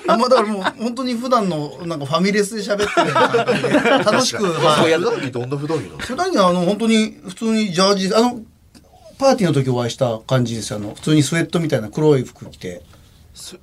Speaker 5: あんまだからもう、本当に普段の、なんかファミレスで喋ってるような感じで楽しく、
Speaker 3: あ、
Speaker 5: はい。
Speaker 3: やるだけどんな不動産なんです
Speaker 5: 普
Speaker 3: か
Speaker 5: 段にあの、本当に、普通にジャージ、あの、パーティーの時お会いした感じですよ。あの、普通にスウェットみたいな黒い服着て。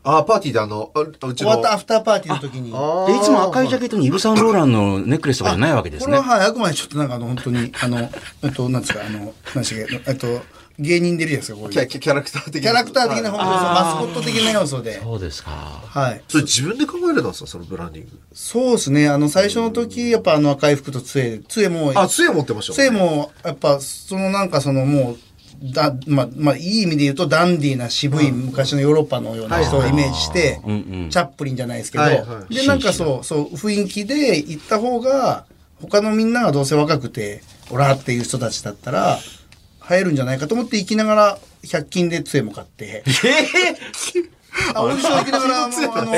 Speaker 3: あ、パーティーであの、あうちの。
Speaker 5: 終わったアフターパーティーの時に。
Speaker 3: あ
Speaker 6: でいつも赤いジャケットにイブ・サンローランのネックレスとかじゃないわけです
Speaker 5: こ
Speaker 6: ね
Speaker 5: れは。はい、あくまでちょっとなんかあの本当に、あの、えっと、なんですか、あの、何でしたっけ、えっと、芸人出るじゃないですか、こう
Speaker 3: キ
Speaker 5: い
Speaker 3: ャ
Speaker 5: う。
Speaker 3: キャキャラクター的
Speaker 5: キャラクター的な、
Speaker 3: はい
Speaker 5: 本当にそのマスコット的な要素で。
Speaker 6: そうですか。
Speaker 5: はい。
Speaker 3: それ自分で考えれたんですかそのブランディング。
Speaker 5: そうですね、あの、最初の時、やっぱあの赤い服と杖、杖も、
Speaker 3: あ、杖持ってました
Speaker 5: 杖
Speaker 3: ね。
Speaker 5: も、やっぱ、そのなんかそのもう、だまあ、まあ、いい意味で言うとダンディーな渋い昔のヨーロッパのような人をイメージして、
Speaker 6: うんうん
Speaker 5: チャップリンじゃないですけど、
Speaker 3: はいは
Speaker 5: でなんかそうそう雰囲気で行った方が他のみんながどうせ若くてオラっていう人たちだったら生えるんじゃないかと思って行きながら100均で杖も買って。 *laughs* あ、オーディション行きながら、もう、あの、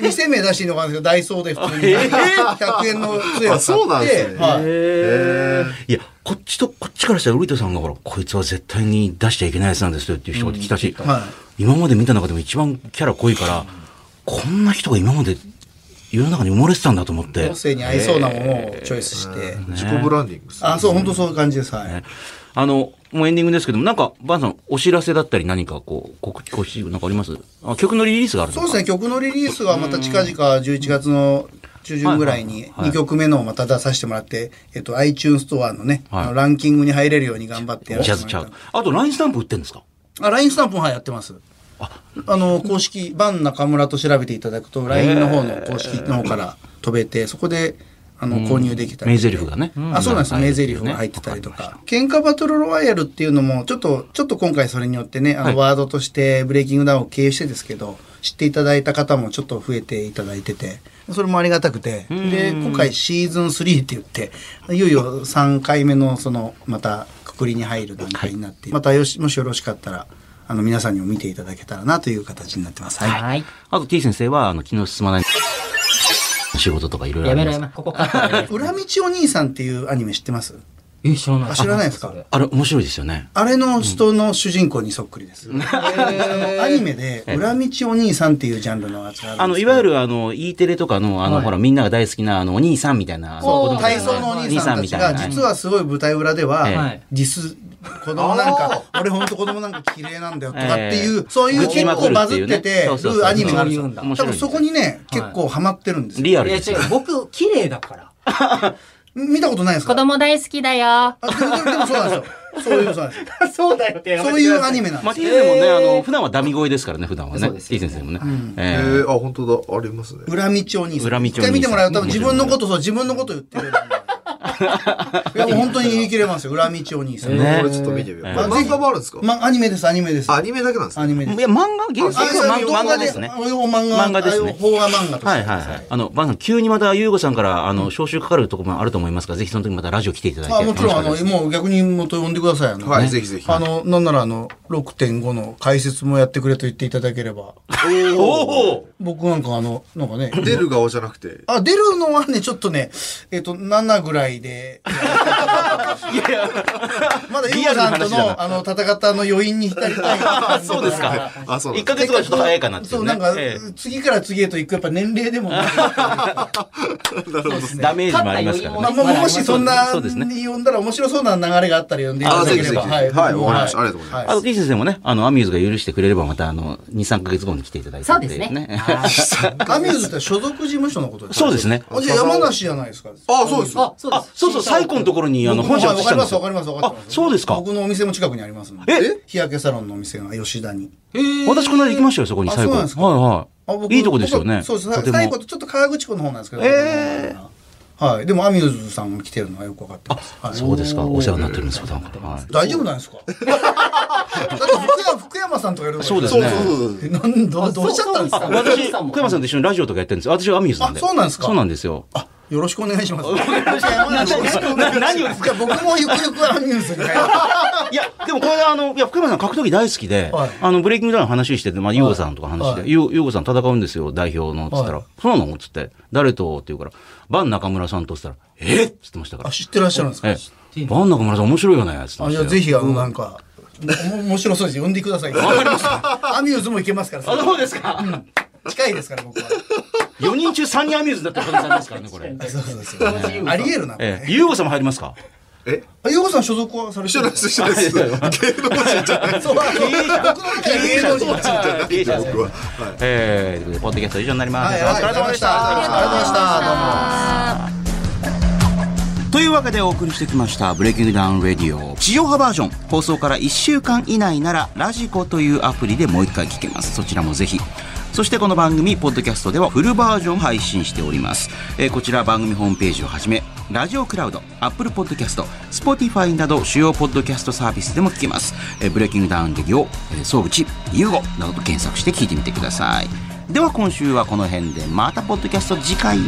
Speaker 5: 店名出していいのかわかんないですけど、ダイソーで普通に、100円の杖を買って、
Speaker 3: あそうなんですね
Speaker 5: はい。
Speaker 6: いや、こっちと、こっちからしたら、ウリトさんがほら、こいつは絶対に出しちゃいけないやつなんですよっていう人が来たし、
Speaker 5: はい
Speaker 6: 今まで見た中でも一番キャラ濃いから、こんな人が今まで世の中に埋もれてたんだと思って
Speaker 5: 個。性に合いそうなものをチョイスして。
Speaker 3: 自己ブランディングする
Speaker 5: あ、そう、本当そういう感じです。はい。
Speaker 6: あの、もうエンディングですけども、なんか、バンさん、お知らせだったり何かこう、告知、告知なんかありますあ曲のリリースがあるの
Speaker 5: そ
Speaker 6: か
Speaker 5: うですね、曲のリリースがまた近々11月の中旬ぐらいに2曲目のをまた出させてもらって、えっと、iTunes ストアのね、
Speaker 6: はい
Speaker 5: あのランキングに入れるように頑張ってやら
Speaker 6: ジ
Speaker 5: せ
Speaker 6: ャ
Speaker 5: て
Speaker 6: ズ
Speaker 5: も
Speaker 6: チ
Speaker 5: ら
Speaker 6: ャ
Speaker 5: い
Speaker 6: ー
Speaker 5: たい
Speaker 6: ト。あと、ラインスタンプ売ってるんですか
Speaker 5: あ、LINE スタンプもはいやってます。あの、公式、バン中村と調べていただくと、LINE の方の公式の方から飛べて、そこで、あの、購入できたり。
Speaker 6: 名台詞がね
Speaker 5: あ、そうなんです。
Speaker 6: うん
Speaker 5: 名台詞が入ってたりとか。喧嘩バトルロワイヤルっていうのも、ちょっと、ちょっと今回それによってね、あ
Speaker 6: はい
Speaker 5: の、ワードとして、ブレイキングダウンを経由してですけど、知っていただいた方もちょっと増えていただいてて、それもありがたくて。で、今回シーズン3って言って、いよいよ3回目の、その、また、くくりに入る段階になって、またよし、もしよろしかったら、あの、皆さんにも見ていただけたらなという形になってます。はい。
Speaker 8: はい。
Speaker 6: あと、T 先生は、あの、気の進まない *laughs* 仕事とかいろいろあ
Speaker 8: や
Speaker 6: りま
Speaker 8: めろ
Speaker 6: す
Speaker 8: やめろ。ここカットだね
Speaker 5: 裏道お兄さんっていうアニメ知ってます
Speaker 8: え、知らない。
Speaker 5: あ知らないですか
Speaker 8: あそう
Speaker 6: あれ、面白いですよね。
Speaker 5: あれの人の主人公にそっくりです。あ *laughs* のアニメで、裏道お兄さんっていうジャンルのやつがあるんですけど
Speaker 6: あの、いわゆるあの、E テレとかの、あの、ほら、みんなが大好きな、あの、お兄さんみたいな。
Speaker 5: こう
Speaker 6: 子供たち
Speaker 5: 体操のお兄さんたちが、実
Speaker 6: は
Speaker 5: はすごい舞台裏では
Speaker 6: え
Speaker 8: え、
Speaker 5: ディス、子供なんか、俺ほんと子供なんか綺麗なんだよとかってい
Speaker 6: え
Speaker 5: う
Speaker 6: え、
Speaker 5: そういう
Speaker 6: 愚痴
Speaker 5: 結
Speaker 6: まくる
Speaker 5: 構バ
Speaker 6: って
Speaker 5: ズ
Speaker 6: いう
Speaker 5: っ
Speaker 6: ね
Speaker 5: てて
Speaker 6: そうそうそう
Speaker 5: るアニメがあるんですよ。
Speaker 6: 面
Speaker 5: 多
Speaker 6: 白い
Speaker 5: 分そこにね、
Speaker 8: はい
Speaker 5: 結構ハマってるんですよ
Speaker 6: リア
Speaker 8: い
Speaker 6: ル
Speaker 8: や違
Speaker 6: ですよ。
Speaker 8: う、僕、綺麗だから。
Speaker 5: 見たことないですか
Speaker 8: 子供大好きだよ。
Speaker 5: あでもでもでもそうなんですよ。そういう、そうなんですよ。
Speaker 8: *laughs* そうだよって
Speaker 5: そういうアニメなん
Speaker 6: ま
Speaker 5: で
Speaker 6: あ、
Speaker 5: す
Speaker 6: T
Speaker 5: よ。
Speaker 6: 先生もね、あの、普段はダミ声ですからね、普段はね。
Speaker 8: そうですよ
Speaker 6: T 先生もね。
Speaker 3: え
Speaker 6: え
Speaker 3: ーあ本当だありますね
Speaker 5: 裏道お兄さん。
Speaker 6: 裏道お兄さん
Speaker 5: 一回見てもらうと多分自分のこと、そう、自分のこと言ってる。
Speaker 6: *laughs*
Speaker 5: いや、もう本当に言い切れますよ。裏道お兄さん。
Speaker 6: ね
Speaker 3: これちょっと見てみよう、
Speaker 6: えー
Speaker 3: これ漫画もあるんですか、
Speaker 5: ま、アニメです、アニメです。
Speaker 3: アニメだけなんです
Speaker 5: ア
Speaker 3: か
Speaker 5: ニメ
Speaker 6: え
Speaker 5: です。
Speaker 6: いや、漫画、原作は漫画漫画ですね。
Speaker 5: あ用漫画。
Speaker 6: 漫画ですね
Speaker 5: あ用邦画漫画として。
Speaker 6: はいはいはい。あの、バンさん、急にまた、ゆうごさんから、あの、招集かかるところもあると思いますが、ぜひその時またラジオ来ていただいて。
Speaker 5: あ、もちろん、あ
Speaker 6: よろ
Speaker 5: の、
Speaker 6: しくお願いし
Speaker 5: もう逆にもっと呼んでください。あの
Speaker 3: はい、
Speaker 5: ね
Speaker 3: ぜひぜひ
Speaker 5: あの、なんならあの、6.5の解説もやってくれと言っていただければ。
Speaker 6: おお
Speaker 5: 僕なんかあの、なんかね。
Speaker 3: 出る顔じゃなくて
Speaker 5: あ、出るのはね、ちょっとね、えっと、7ぐらいで。
Speaker 6: いやいや、
Speaker 5: まだゆう
Speaker 6: リ
Speaker 5: こ
Speaker 6: アル
Speaker 5: さ
Speaker 6: な
Speaker 5: んと
Speaker 6: 話だな
Speaker 5: の、あの、戦ったあの余韻に浸りたい。
Speaker 6: そうですか。
Speaker 3: あそうなん
Speaker 6: 1
Speaker 3: だ
Speaker 6: ヶ月がちょっと早いかなってい
Speaker 5: そうう、
Speaker 6: ね。
Speaker 5: なんか
Speaker 6: え、
Speaker 5: 次から次へと行く、やっぱ年齢でも。
Speaker 3: なるほど
Speaker 6: えダメージもありますから
Speaker 5: まあ、
Speaker 6: ね。
Speaker 5: ももしそんな
Speaker 6: そうですね
Speaker 5: に呼んだら面白そうな流れがあったら呼んでい
Speaker 3: あ
Speaker 5: ただ
Speaker 3: ぜ
Speaker 5: け
Speaker 3: ひ
Speaker 5: れ
Speaker 3: ぜひ
Speaker 5: ば。
Speaker 3: はいわかりましたありがとうござい
Speaker 6: あと、T 先生もね、あの、アミューズが許してくれれば、また、あの、2、3ヶ月後に来ていただいて。
Speaker 8: そうですね。はい
Speaker 5: アミューズって所属事務所のことですか
Speaker 6: そうですね
Speaker 5: あじゃあ山梨じゃないですか。
Speaker 3: あそうです
Speaker 8: あ、そうで
Speaker 6: *laughs* あ
Speaker 8: す。、
Speaker 6: そうそう、サイコのところに、あの、
Speaker 5: 僕も
Speaker 6: 本社を移
Speaker 5: わ
Speaker 6: し
Speaker 5: か
Speaker 6: た
Speaker 5: り
Speaker 6: んで
Speaker 5: ますす
Speaker 6: よ
Speaker 5: わかりますわかります。
Speaker 6: あそうですか
Speaker 5: 僕のお店も近くにありますので。
Speaker 6: え
Speaker 5: 日焼けサロンのお店が吉田に。
Speaker 6: 私この間行きましたよ、そこに、
Speaker 5: あ
Speaker 6: サイコ。
Speaker 5: そうなんですか
Speaker 6: はい
Speaker 5: あ
Speaker 6: は
Speaker 5: 僕
Speaker 6: い。いいとこですよね。
Speaker 5: そうです。
Speaker 6: とても
Speaker 5: 最後とちょっと川口湖の方なんですけど。
Speaker 6: え
Speaker 5: はい。でもアミューズさんも来てるのはよくわかってます。はい
Speaker 6: そうですか。お世話になっております。普段から。はい
Speaker 5: 大丈夫なんですかだって福山福山さんとかいる
Speaker 6: そうです
Speaker 5: ね。
Speaker 6: ね。
Speaker 5: えなんどどうしちゃったんです
Speaker 8: そう
Speaker 5: か
Speaker 8: そうそう
Speaker 6: 私、福山さんと一緒にラジオとかやってるんですよ。私はアミューズなんで。
Speaker 5: あそうなんですか
Speaker 6: そうなんですよ。
Speaker 5: あよろしくお願いします。何をですか僕もゆくゆくアミューズに変えよ
Speaker 6: いや、でもこれ間あの、いや、福山さん格闘技大好きで
Speaker 5: はい、
Speaker 6: あの、ブレイキングダウンの話してて、まあ、ゆうごさんとか話して
Speaker 5: は
Speaker 6: て、ゆうゆうごさん戦うんですよ、代表の、つったら
Speaker 5: は、
Speaker 6: そうなのつって、誰とって言うから、バン中村さんとつったら、えっつってましたか
Speaker 5: うあ
Speaker 6: ら。
Speaker 5: 知ってらっしゃるんですか
Speaker 6: ええ、バン中村さん面白いよね、つって
Speaker 5: あ
Speaker 6: ま
Speaker 5: じ
Speaker 6: し
Speaker 5: ゃあ
Speaker 6: た
Speaker 5: ぜ
Speaker 6: よ。
Speaker 5: ひあのなんか、おも面白そうです呼んでください。アミューズも行けますから。
Speaker 6: あ、そうですか。
Speaker 5: 近いですから僕は。
Speaker 6: 4人中3人アミューズだったらさんですからね、こ
Speaker 5: *laughs*
Speaker 6: れ。
Speaker 5: そうそうそう。あり得るな。
Speaker 6: ええ、ゆうごさんも入りますか
Speaker 3: え
Speaker 5: あゆうこさん所属はされ
Speaker 3: しててな
Speaker 5: る
Speaker 3: い
Speaker 5: ん
Speaker 3: で
Speaker 5: ですす
Speaker 3: してないです芸能人じゃない
Speaker 5: か。そうあの僕の中では芸能人です。
Speaker 6: 経営者です
Speaker 3: 僕は
Speaker 6: ええ、ということでポッドキャスト以上になります。
Speaker 5: はいはい
Speaker 6: お疲れ様で
Speaker 5: ありがとうご
Speaker 6: した。
Speaker 5: ざいました。どうも。
Speaker 6: というわけでお送りしてきました「ブレイキングダウン・レディオ」地上波バージョン放送から1週間以内ならラジコというアプリでもう一回聞けますそちらもぜひそしてこの番組ポッドキャストではフルバージョン配信しております、えーこちら番組ホームページをはじめラジオクラウドアップルポッドキャストスポティファイなど主要ポッドキャストサービスでも聞けます、えーブレイキングダウンレディオ、えー、総口優吾などと検索して聞いてみてくださいでは今週はこの辺でまたポッドキャスト次回